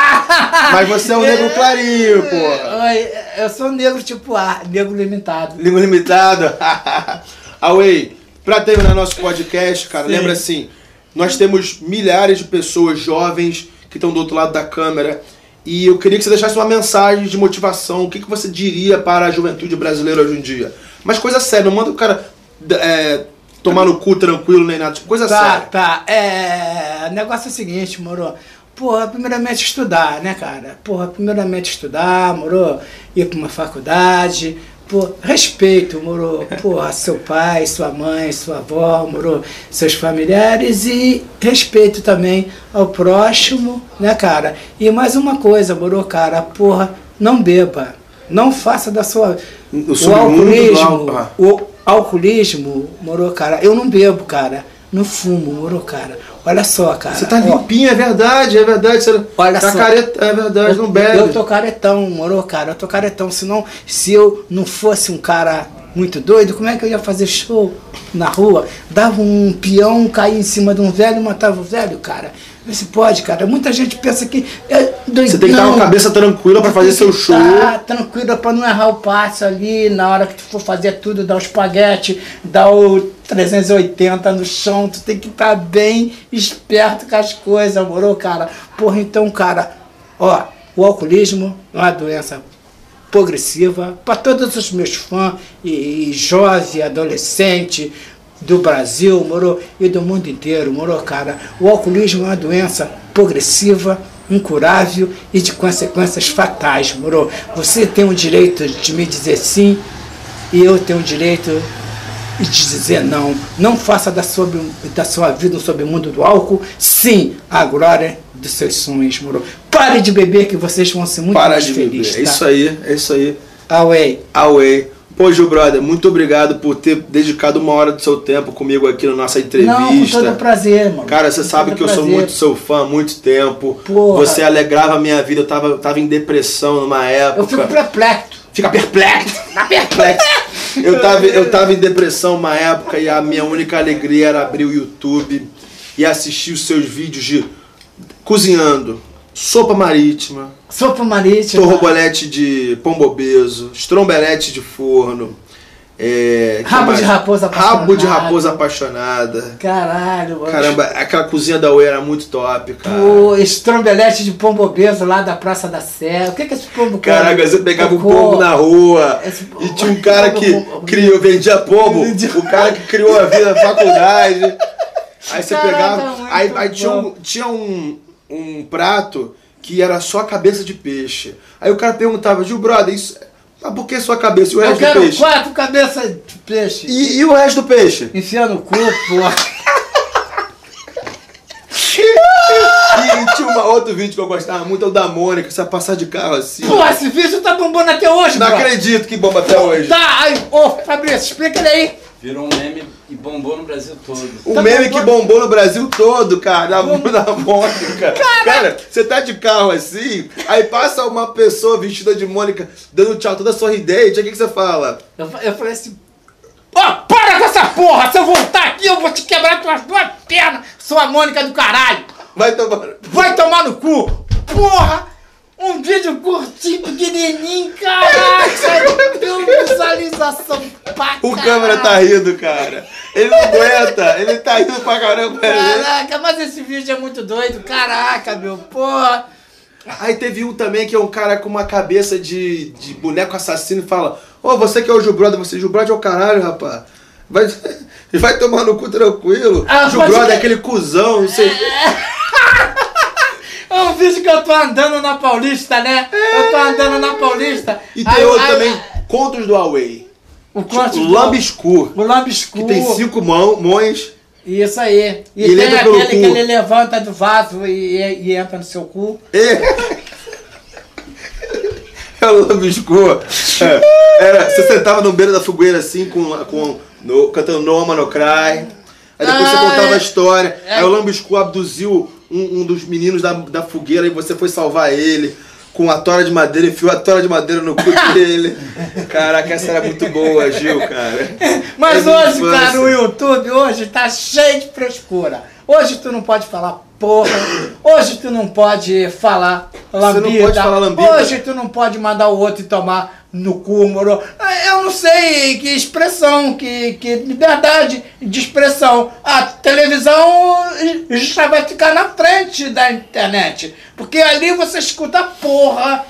[SPEAKER 1] Mas você é um negro clarinho, porra.
[SPEAKER 2] Oi, eu sou negro tipo A, negro limitado.
[SPEAKER 1] Língua limitada. Away, pra terminar nosso podcast, cara, lembra assim, nós temos milhares de pessoas jovens que estão do outro lado da câmera e eu queria que você deixasse uma mensagem de motivação, o que, que você diria para a juventude brasileira hoje em dia. Mas coisa séria, não manda o cara d- é, tomar no cu tranquilo nem nada, tipo, coisa
[SPEAKER 2] Tá,
[SPEAKER 1] séria.
[SPEAKER 2] tá. É, o negócio é o seguinte, moro. Porra, primeiramente estudar, né, cara? Porra, primeiramente estudar, moro. Ir pra uma faculdade. Porra, respeito, moro. Porra, seu pai, sua mãe, sua avó, moro. Seus familiares e respeito também ao próximo, né, cara? E mais uma coisa, moro, cara. Porra, não beba. Não faça da sua.
[SPEAKER 1] O submundo do álcool. ah.
[SPEAKER 2] alcoolismo, o alcoolismo, moro, cara, eu não bebo, cara. Não fumo, moro, cara. Olha só, cara.
[SPEAKER 1] Você tá
[SPEAKER 2] ó,
[SPEAKER 1] limpinho, é verdade, é verdade. Você
[SPEAKER 2] Olha
[SPEAKER 1] tá
[SPEAKER 2] só.
[SPEAKER 1] careta, é verdade, não bebe.
[SPEAKER 2] Eu tô caretão, moro, cara. Eu tô caretão. Senão, se eu não fosse um cara muito doido, como é que eu ia fazer show na rua? Dava um peão, caía em cima de um velho e matava o velho, cara. Não se pode, cara. Muita gente pensa que é doidão.
[SPEAKER 1] Você tem que estar com a cabeça tranquila pra fazer seu show.
[SPEAKER 2] Tá tranquila pra não errar o passo ali, na hora que tu for fazer tudo, dar o espaguete, dar o 380 no chão, tu tem que estar bem esperto com as coisas, moro, cara? Porra, então, cara, ó, o alcoolismo é uma doença progressiva para todos os meus fãs, e, e jovem, adolescente do Brasil, moro, e do mundo inteiro, moro, cara. O alcoolismo é uma doença progressiva, incurável e de consequências fatais, moro. Você tem o direito de me dizer sim e eu tenho o direito e te dizer não. Não faça da sua, da sua vida um submundo do álcool, sim, a glória dos seus sonhos, moro. Pare de beber que vocês vão ser muito
[SPEAKER 1] Para
[SPEAKER 2] mais
[SPEAKER 1] de
[SPEAKER 2] felizes. tá?
[SPEAKER 1] beber. É isso aí, é isso aí.
[SPEAKER 2] Away.
[SPEAKER 1] Away. Pô, Gil Brother, muito obrigado por ter dedicado uma hora do seu tempo comigo aqui na nossa entrevista.
[SPEAKER 2] Não, com todo prazer, mano.
[SPEAKER 1] Cara, você
[SPEAKER 2] Com
[SPEAKER 1] sabe
[SPEAKER 2] todo
[SPEAKER 1] que eu sou
[SPEAKER 2] prazer.
[SPEAKER 1] muito seu fã há muito tempo.
[SPEAKER 2] Porra.
[SPEAKER 1] Você alegrava a minha vida, eu tava, eu tava em depressão numa época.
[SPEAKER 2] Eu fico Tá perplexo.
[SPEAKER 1] Fica perplexo. perplexo. Eu tava, eu tava em depressão uma época e a minha única alegria era abrir o YouTube e assistir os seus vídeos de cozinhando, sopa marítima,
[SPEAKER 2] Sopa marítima.
[SPEAKER 1] torrobolete de pombo obeso, estrombelete de forno, é, que
[SPEAKER 2] Rabo de
[SPEAKER 1] mais?
[SPEAKER 2] raposa
[SPEAKER 1] Rabo de
[SPEAKER 2] apaixonada.
[SPEAKER 1] raposa apaixonada.
[SPEAKER 2] Caralho, mano.
[SPEAKER 1] Caramba, aquela cozinha da UE era muito top, cara.
[SPEAKER 2] O estrombelete de pombo obeso lá da Praça da Sé. O que é que esse pombo come?
[SPEAKER 1] Caraca, você pegava um
[SPEAKER 2] Cocô.
[SPEAKER 1] pombo na rua
[SPEAKER 2] Esse-
[SPEAKER 1] e tinha um cara que
[SPEAKER 2] pombo-
[SPEAKER 1] criou, vendia pombo, o cara que criou a vida na faculdade. Aí você
[SPEAKER 2] Caraca,
[SPEAKER 1] pegava.
[SPEAKER 2] muito
[SPEAKER 1] Aí, aí tinha, um,
[SPEAKER 2] bom.
[SPEAKER 1] tinha um, um prato que era só cabeça de peixe. Aí o cara perguntava, Gil brother, isso, mas por que só cabeça e o
[SPEAKER 2] Eu
[SPEAKER 1] resto do
[SPEAKER 2] quero
[SPEAKER 1] peixe?
[SPEAKER 2] quatro cabeças de peixe.
[SPEAKER 1] E, e o resto do peixe?
[SPEAKER 2] Enfia no cu, porra.
[SPEAKER 1] E tinha um outro vídeo que eu gostava muito, é o da Mônica, você ia passar de carro assim. ó.
[SPEAKER 2] Porra, esse vídeo tá bombando até hoje,
[SPEAKER 1] Não
[SPEAKER 2] brother.
[SPEAKER 1] acredito que bomba até hoje.
[SPEAKER 2] Tá, aí, ô Fabrício, explica ele aí.
[SPEAKER 4] Virou um meme e bombou no Brasil todo.
[SPEAKER 1] O
[SPEAKER 2] Tá
[SPEAKER 1] Um meme
[SPEAKER 2] bombando.
[SPEAKER 1] que bombou no Brasil todo, cara, na da Mônica. Cara, você tá de carro assim, aí passa uma pessoa vestida de Mônica, dando tchau toda sorridente, aí o que, que você fala?
[SPEAKER 2] Eu, fa- eu falei assim. Ó, para com essa porra! Se eu voltar aqui, eu vou te quebrar tuas duas pernas, sua Mônica do caralho!
[SPEAKER 1] Vai tomar.
[SPEAKER 2] Vai tomar no cu! Porra! Um vídeo curtinho, pequenininho, caraca! Deu visualização pra
[SPEAKER 1] O
[SPEAKER 2] caralho.
[SPEAKER 1] câmera tá rindo, cara. Ele não aguenta, ele tá rindo pra caramba.
[SPEAKER 2] Caraca, mas esse vídeo é muito doido, caraca, meu, porra!
[SPEAKER 1] Aí teve um também que é um cara com uma cabeça de, de boneco assassino e fala: Ô, você que é o Gil Brother, você Gil Brother é o caralho, rapaz. Vai, vai tomar no cu tranquilo.
[SPEAKER 2] Ah,
[SPEAKER 1] Gil
[SPEAKER 2] mas
[SPEAKER 1] Brother
[SPEAKER 2] que-
[SPEAKER 1] é aquele cuzão, não sei.
[SPEAKER 2] É um vídeo que eu tô andando na Paulista, né? Eu tô andando na Paulista.
[SPEAKER 1] E tem
[SPEAKER 2] Aí-
[SPEAKER 1] outro
[SPEAKER 2] aí-
[SPEAKER 1] também, Contos do Huawei.
[SPEAKER 2] O corte
[SPEAKER 1] o
[SPEAKER 2] do-
[SPEAKER 1] Lambiscu.
[SPEAKER 2] O
[SPEAKER 1] Que
[SPEAKER 2] lambiscu.
[SPEAKER 1] tem cinco mão, mães.
[SPEAKER 2] Isso aí. E
[SPEAKER 1] Ele
[SPEAKER 2] tem
[SPEAKER 1] entra pelo
[SPEAKER 2] aquele que
[SPEAKER 1] cu.
[SPEAKER 2] ele levanta do vaso e, e- e entra no seu cu.
[SPEAKER 1] E... É o Lambiscu. É, Era, você sentava no beiro da fogueira assim, com, com, no, cantando No Woman No Cry. Aí depois você
[SPEAKER 2] Ah,
[SPEAKER 1] contava a
[SPEAKER 2] é.
[SPEAKER 1] história. Aí o Lambiscu abduziu um, um dos meninos da, da fogueira e você foi salvar ele. Com a tora de madeira, enfiou a tora de madeira no cu dele. Caraca, essa era muito boa, Gil, cara. É
[SPEAKER 2] Mas
[SPEAKER 1] minha
[SPEAKER 2] hoje,
[SPEAKER 1] infância.
[SPEAKER 2] cara, o YouTube hoje tá cheio de frescura. Hoje tu não pode falar porra. Hoje tu não pode falar lambida.
[SPEAKER 1] não pode falar lambida.
[SPEAKER 2] Hoje tu não pode mandar o outro tomar no cu, moro. Eu não sei que expressão, que, que liberdade de expressão. A televisão já vai ficar na frente da internet. Porque ali você escuta porra,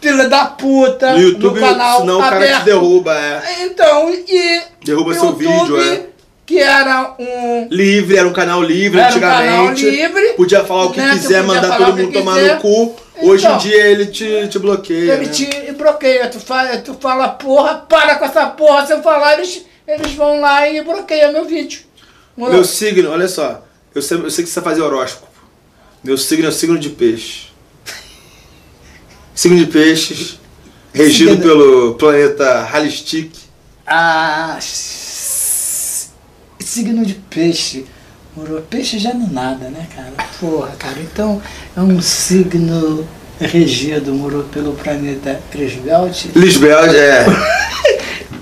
[SPEAKER 2] filha da puta,
[SPEAKER 1] No YouTube,
[SPEAKER 2] canal
[SPEAKER 1] senão o cara
[SPEAKER 2] aberto.
[SPEAKER 1] te derruba, é.
[SPEAKER 2] Então, e.
[SPEAKER 1] Derruba
[SPEAKER 2] o
[SPEAKER 1] seu vídeo, é.
[SPEAKER 2] Que era um.
[SPEAKER 1] Livre, era um canal livre
[SPEAKER 2] Era um canal
[SPEAKER 1] antigamente.
[SPEAKER 2] livre,
[SPEAKER 1] podia falar o que
[SPEAKER 2] né, tu
[SPEAKER 1] quiser,
[SPEAKER 2] podia
[SPEAKER 1] mandar
[SPEAKER 2] falar
[SPEAKER 1] todo
[SPEAKER 2] o que
[SPEAKER 1] mundo tomar
[SPEAKER 2] quiser.
[SPEAKER 1] no cu. Hoje em
[SPEAKER 2] Então,
[SPEAKER 1] dia ele te, te bloqueia.
[SPEAKER 2] Ele
[SPEAKER 1] né?
[SPEAKER 2] te bloqueia, tu fala, tu fala, porra, para com essa porra, se eu falar, eles, eles vão lá e bloqueiam meu vídeo.
[SPEAKER 1] Meu signo, olha só. Eu sei, eu sei que você faz horóscopo. Meu signo é o signo de peixe. Signo de peixes, regido
[SPEAKER 2] Signo-
[SPEAKER 1] pelo planeta Halistic.
[SPEAKER 2] Ah, s- signo de peixe. Moro, peixe já não nada, né, cara? Porra, cara, então é um signo regido, moro, pelo planeta Cresbelt,
[SPEAKER 1] Lisbel, é.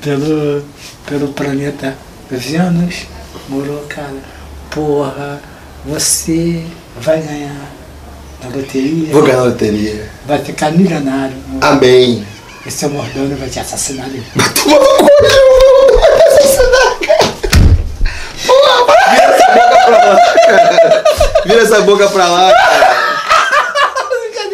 [SPEAKER 2] pelo, pelo planeta Vênus, moro, cara. Porra, você vai ganhar na loteria.
[SPEAKER 1] Vou ganhar a loteria.
[SPEAKER 2] Vai ficar milionário. moro.
[SPEAKER 1] Amém.
[SPEAKER 2] E seu mordomo vai te assassinar ali.
[SPEAKER 1] Toma no cu que eu vou assassinar, cara. Vira essa boca pra lá, cara. Vira essa boca pra lá, cara.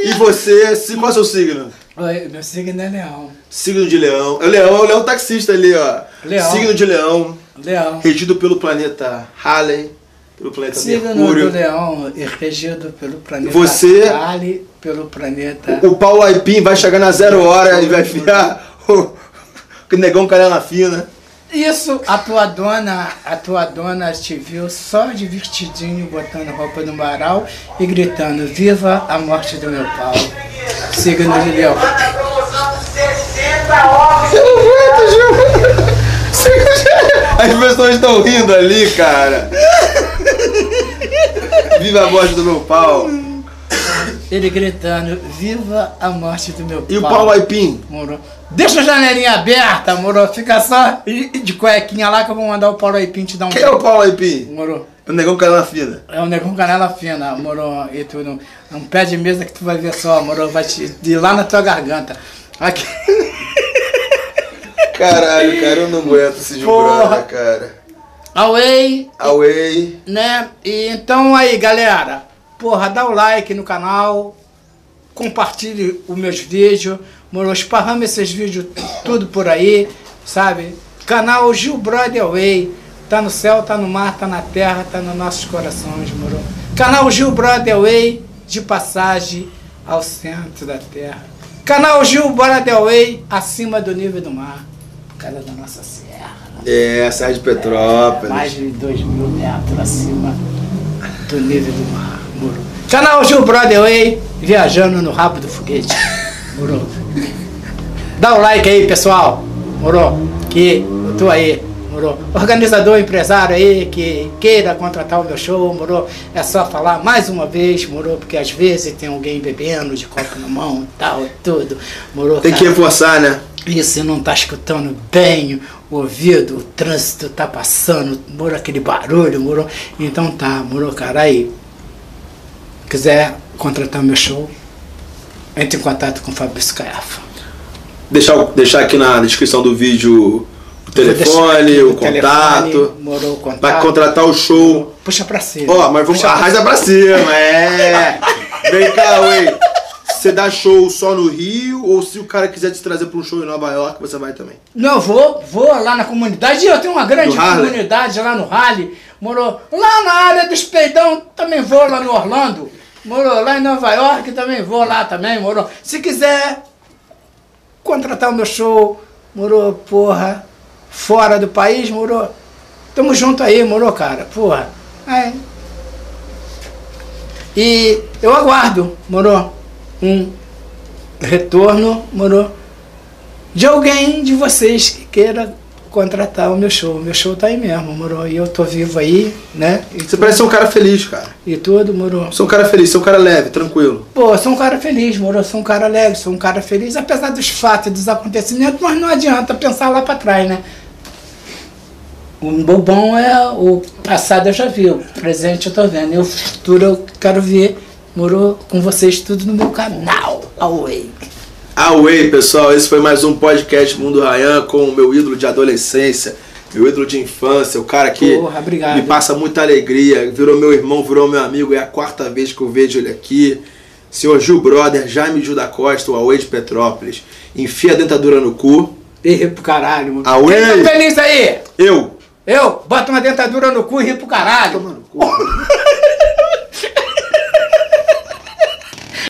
[SPEAKER 1] E você, se- qual é o seu signo?
[SPEAKER 2] Oi, meu signo é leão.
[SPEAKER 1] Signo de leão. É o leão, é o leão taxista ali, ó.
[SPEAKER 2] Leão.
[SPEAKER 1] Signo de leão,
[SPEAKER 2] Leão.
[SPEAKER 1] regido pelo planeta Halley, pelo planeta
[SPEAKER 2] Signo do
[SPEAKER 1] Mercúrio.
[SPEAKER 2] leão é regido pelo planeta
[SPEAKER 1] Você-
[SPEAKER 2] Vale, pelo planeta.
[SPEAKER 1] O Paulo Aipim vai chegar na zero hora e vai enfiar o o negão canela fina.
[SPEAKER 2] Isso, a tua dona, a tua dona te viu só de vestidinho, botando roupa no varal e gritando, viva a morte do meu pau. Signo de leão.
[SPEAKER 1] As pessoas estão rindo ali, cara. Viva a morte do meu pau.
[SPEAKER 2] Ele gritando, viva a morte do meu pau.
[SPEAKER 1] E o Paulo Aipim?
[SPEAKER 2] Moro. Deixa a janelinha aberta, moro. Fica só de cuequinha lá que eu vou mandar o Paulo Aipim te dar um
[SPEAKER 1] Quem é o Paulo Aipim?
[SPEAKER 2] Moro.
[SPEAKER 1] O negão canela fina.
[SPEAKER 2] É um negão canela fina, moro. E tu não, é não pede mesa que tu vai ver só, moro. Vai te de lá na tua garganta. Aqui.
[SPEAKER 1] Caralho, cara, eu não aguento esse
[SPEAKER 2] Porra.
[SPEAKER 1] jogurada, cara.
[SPEAKER 2] Away,
[SPEAKER 1] Away.
[SPEAKER 2] né? E então aí, galera. Porra, dá o like no canal. Compartilhe os meus vídeos. Moro, esparrama esses vídeos tudo por aí, sabe? Canal Gil Brother Away. Tá no céu, tá no mar, tá na terra, tá nos nossos corações, moro. Canal Gil Brother Away, de passagem ao centro da terra. Canal Gil Brother Away, acima do nível do mar. Por causa da nossa serra.
[SPEAKER 1] É, Serra de Petrópolis.
[SPEAKER 2] Mais de 2 mil metros acima do nível do mar. Muro. Canal Gil Brother Way, viajando no rabo do foguete. Muro. Dá o like aí, pessoal. Muro. Que eu tô aí. Muro. Organizador, empresário aí que queira contratar o meu show, moro? É só falar mais uma vez, moro? Porque às vezes tem alguém bebendo de copo na mão e tal, e tudo. Moro.
[SPEAKER 1] Tem que
[SPEAKER 2] cara?
[SPEAKER 1] reforçar, né?
[SPEAKER 2] E você não tá escutando bem o ouvido, o trânsito tá passando, moro aquele barulho, moro. Então tá, moro, cara. Aí, quiser contratar meu show, entre em contato com o Fabrício Caiafa.
[SPEAKER 1] Deixar, o- deixar aqui na descrição do vídeo o telefone, o contato.
[SPEAKER 2] Morou o contato.
[SPEAKER 1] Vai contratar o show.
[SPEAKER 2] Puxa pra cima.
[SPEAKER 1] Ó, mas vamos.
[SPEAKER 2] Puxa pra
[SPEAKER 1] Arrasa pra cima, é. Vem cá, ué. Você dá show só no Rio ou se o cara quiser te trazer pra um show em Nova York, você vai também?
[SPEAKER 2] Não, vou, vou lá na comunidade. Eu tenho uma grande
[SPEAKER 1] No Harlem?
[SPEAKER 2] comunidade lá no Rally. Morou lá na área dos peidão, também vou lá no Orlando. Morou lá em Nova York, também vou lá também, morou. Se quiser contratar o meu show, morou, porra, fora do país, morou. Tamo junto aí, morou, cara, porra. Aí. E eu aguardo, morou, um retorno, morou de alguém de vocês que queira contratar o meu show. O meu show tá aí mesmo, moro. E eu tô vivo aí, né? E,
[SPEAKER 1] Você parece ser um cara feliz, cara.
[SPEAKER 2] e tudo, moro.
[SPEAKER 1] Você é um cara feliz, você é um cara leve, tranquilo.
[SPEAKER 2] Pô, eu sou um cara feliz, moro. Eu sou um cara alegre, sou um cara feliz, apesar dos fatos e dos acontecimentos, mas não adianta pensar lá pra trás, né? O meu bom é o passado eu já vi, o presente eu tô vendo. E o futuro eu quero ver. Moro com vocês tudo no meu canal. Away.
[SPEAKER 1] Away, Ah, pessoal, esse foi mais um podcast Mundo Rayan com o meu ídolo de adolescência, meu ídolo de infância, o cara que
[SPEAKER 2] Porra, obrigado.
[SPEAKER 1] me passa muita alegria, virou meu irmão, virou meu amigo, é a quarta vez que eu vejo ele aqui. Senhor Gil Brother, Jaime Gil da Costa, o Away de Petrópolis. Enfia a dentadura no cu.
[SPEAKER 2] E ri pro caralho, mano.
[SPEAKER 1] Away.
[SPEAKER 2] Quem tá feliz aí?
[SPEAKER 1] Eu!
[SPEAKER 2] Eu? Bota uma dentadura no cu e ri pro caralho.
[SPEAKER 1] Mano, cu.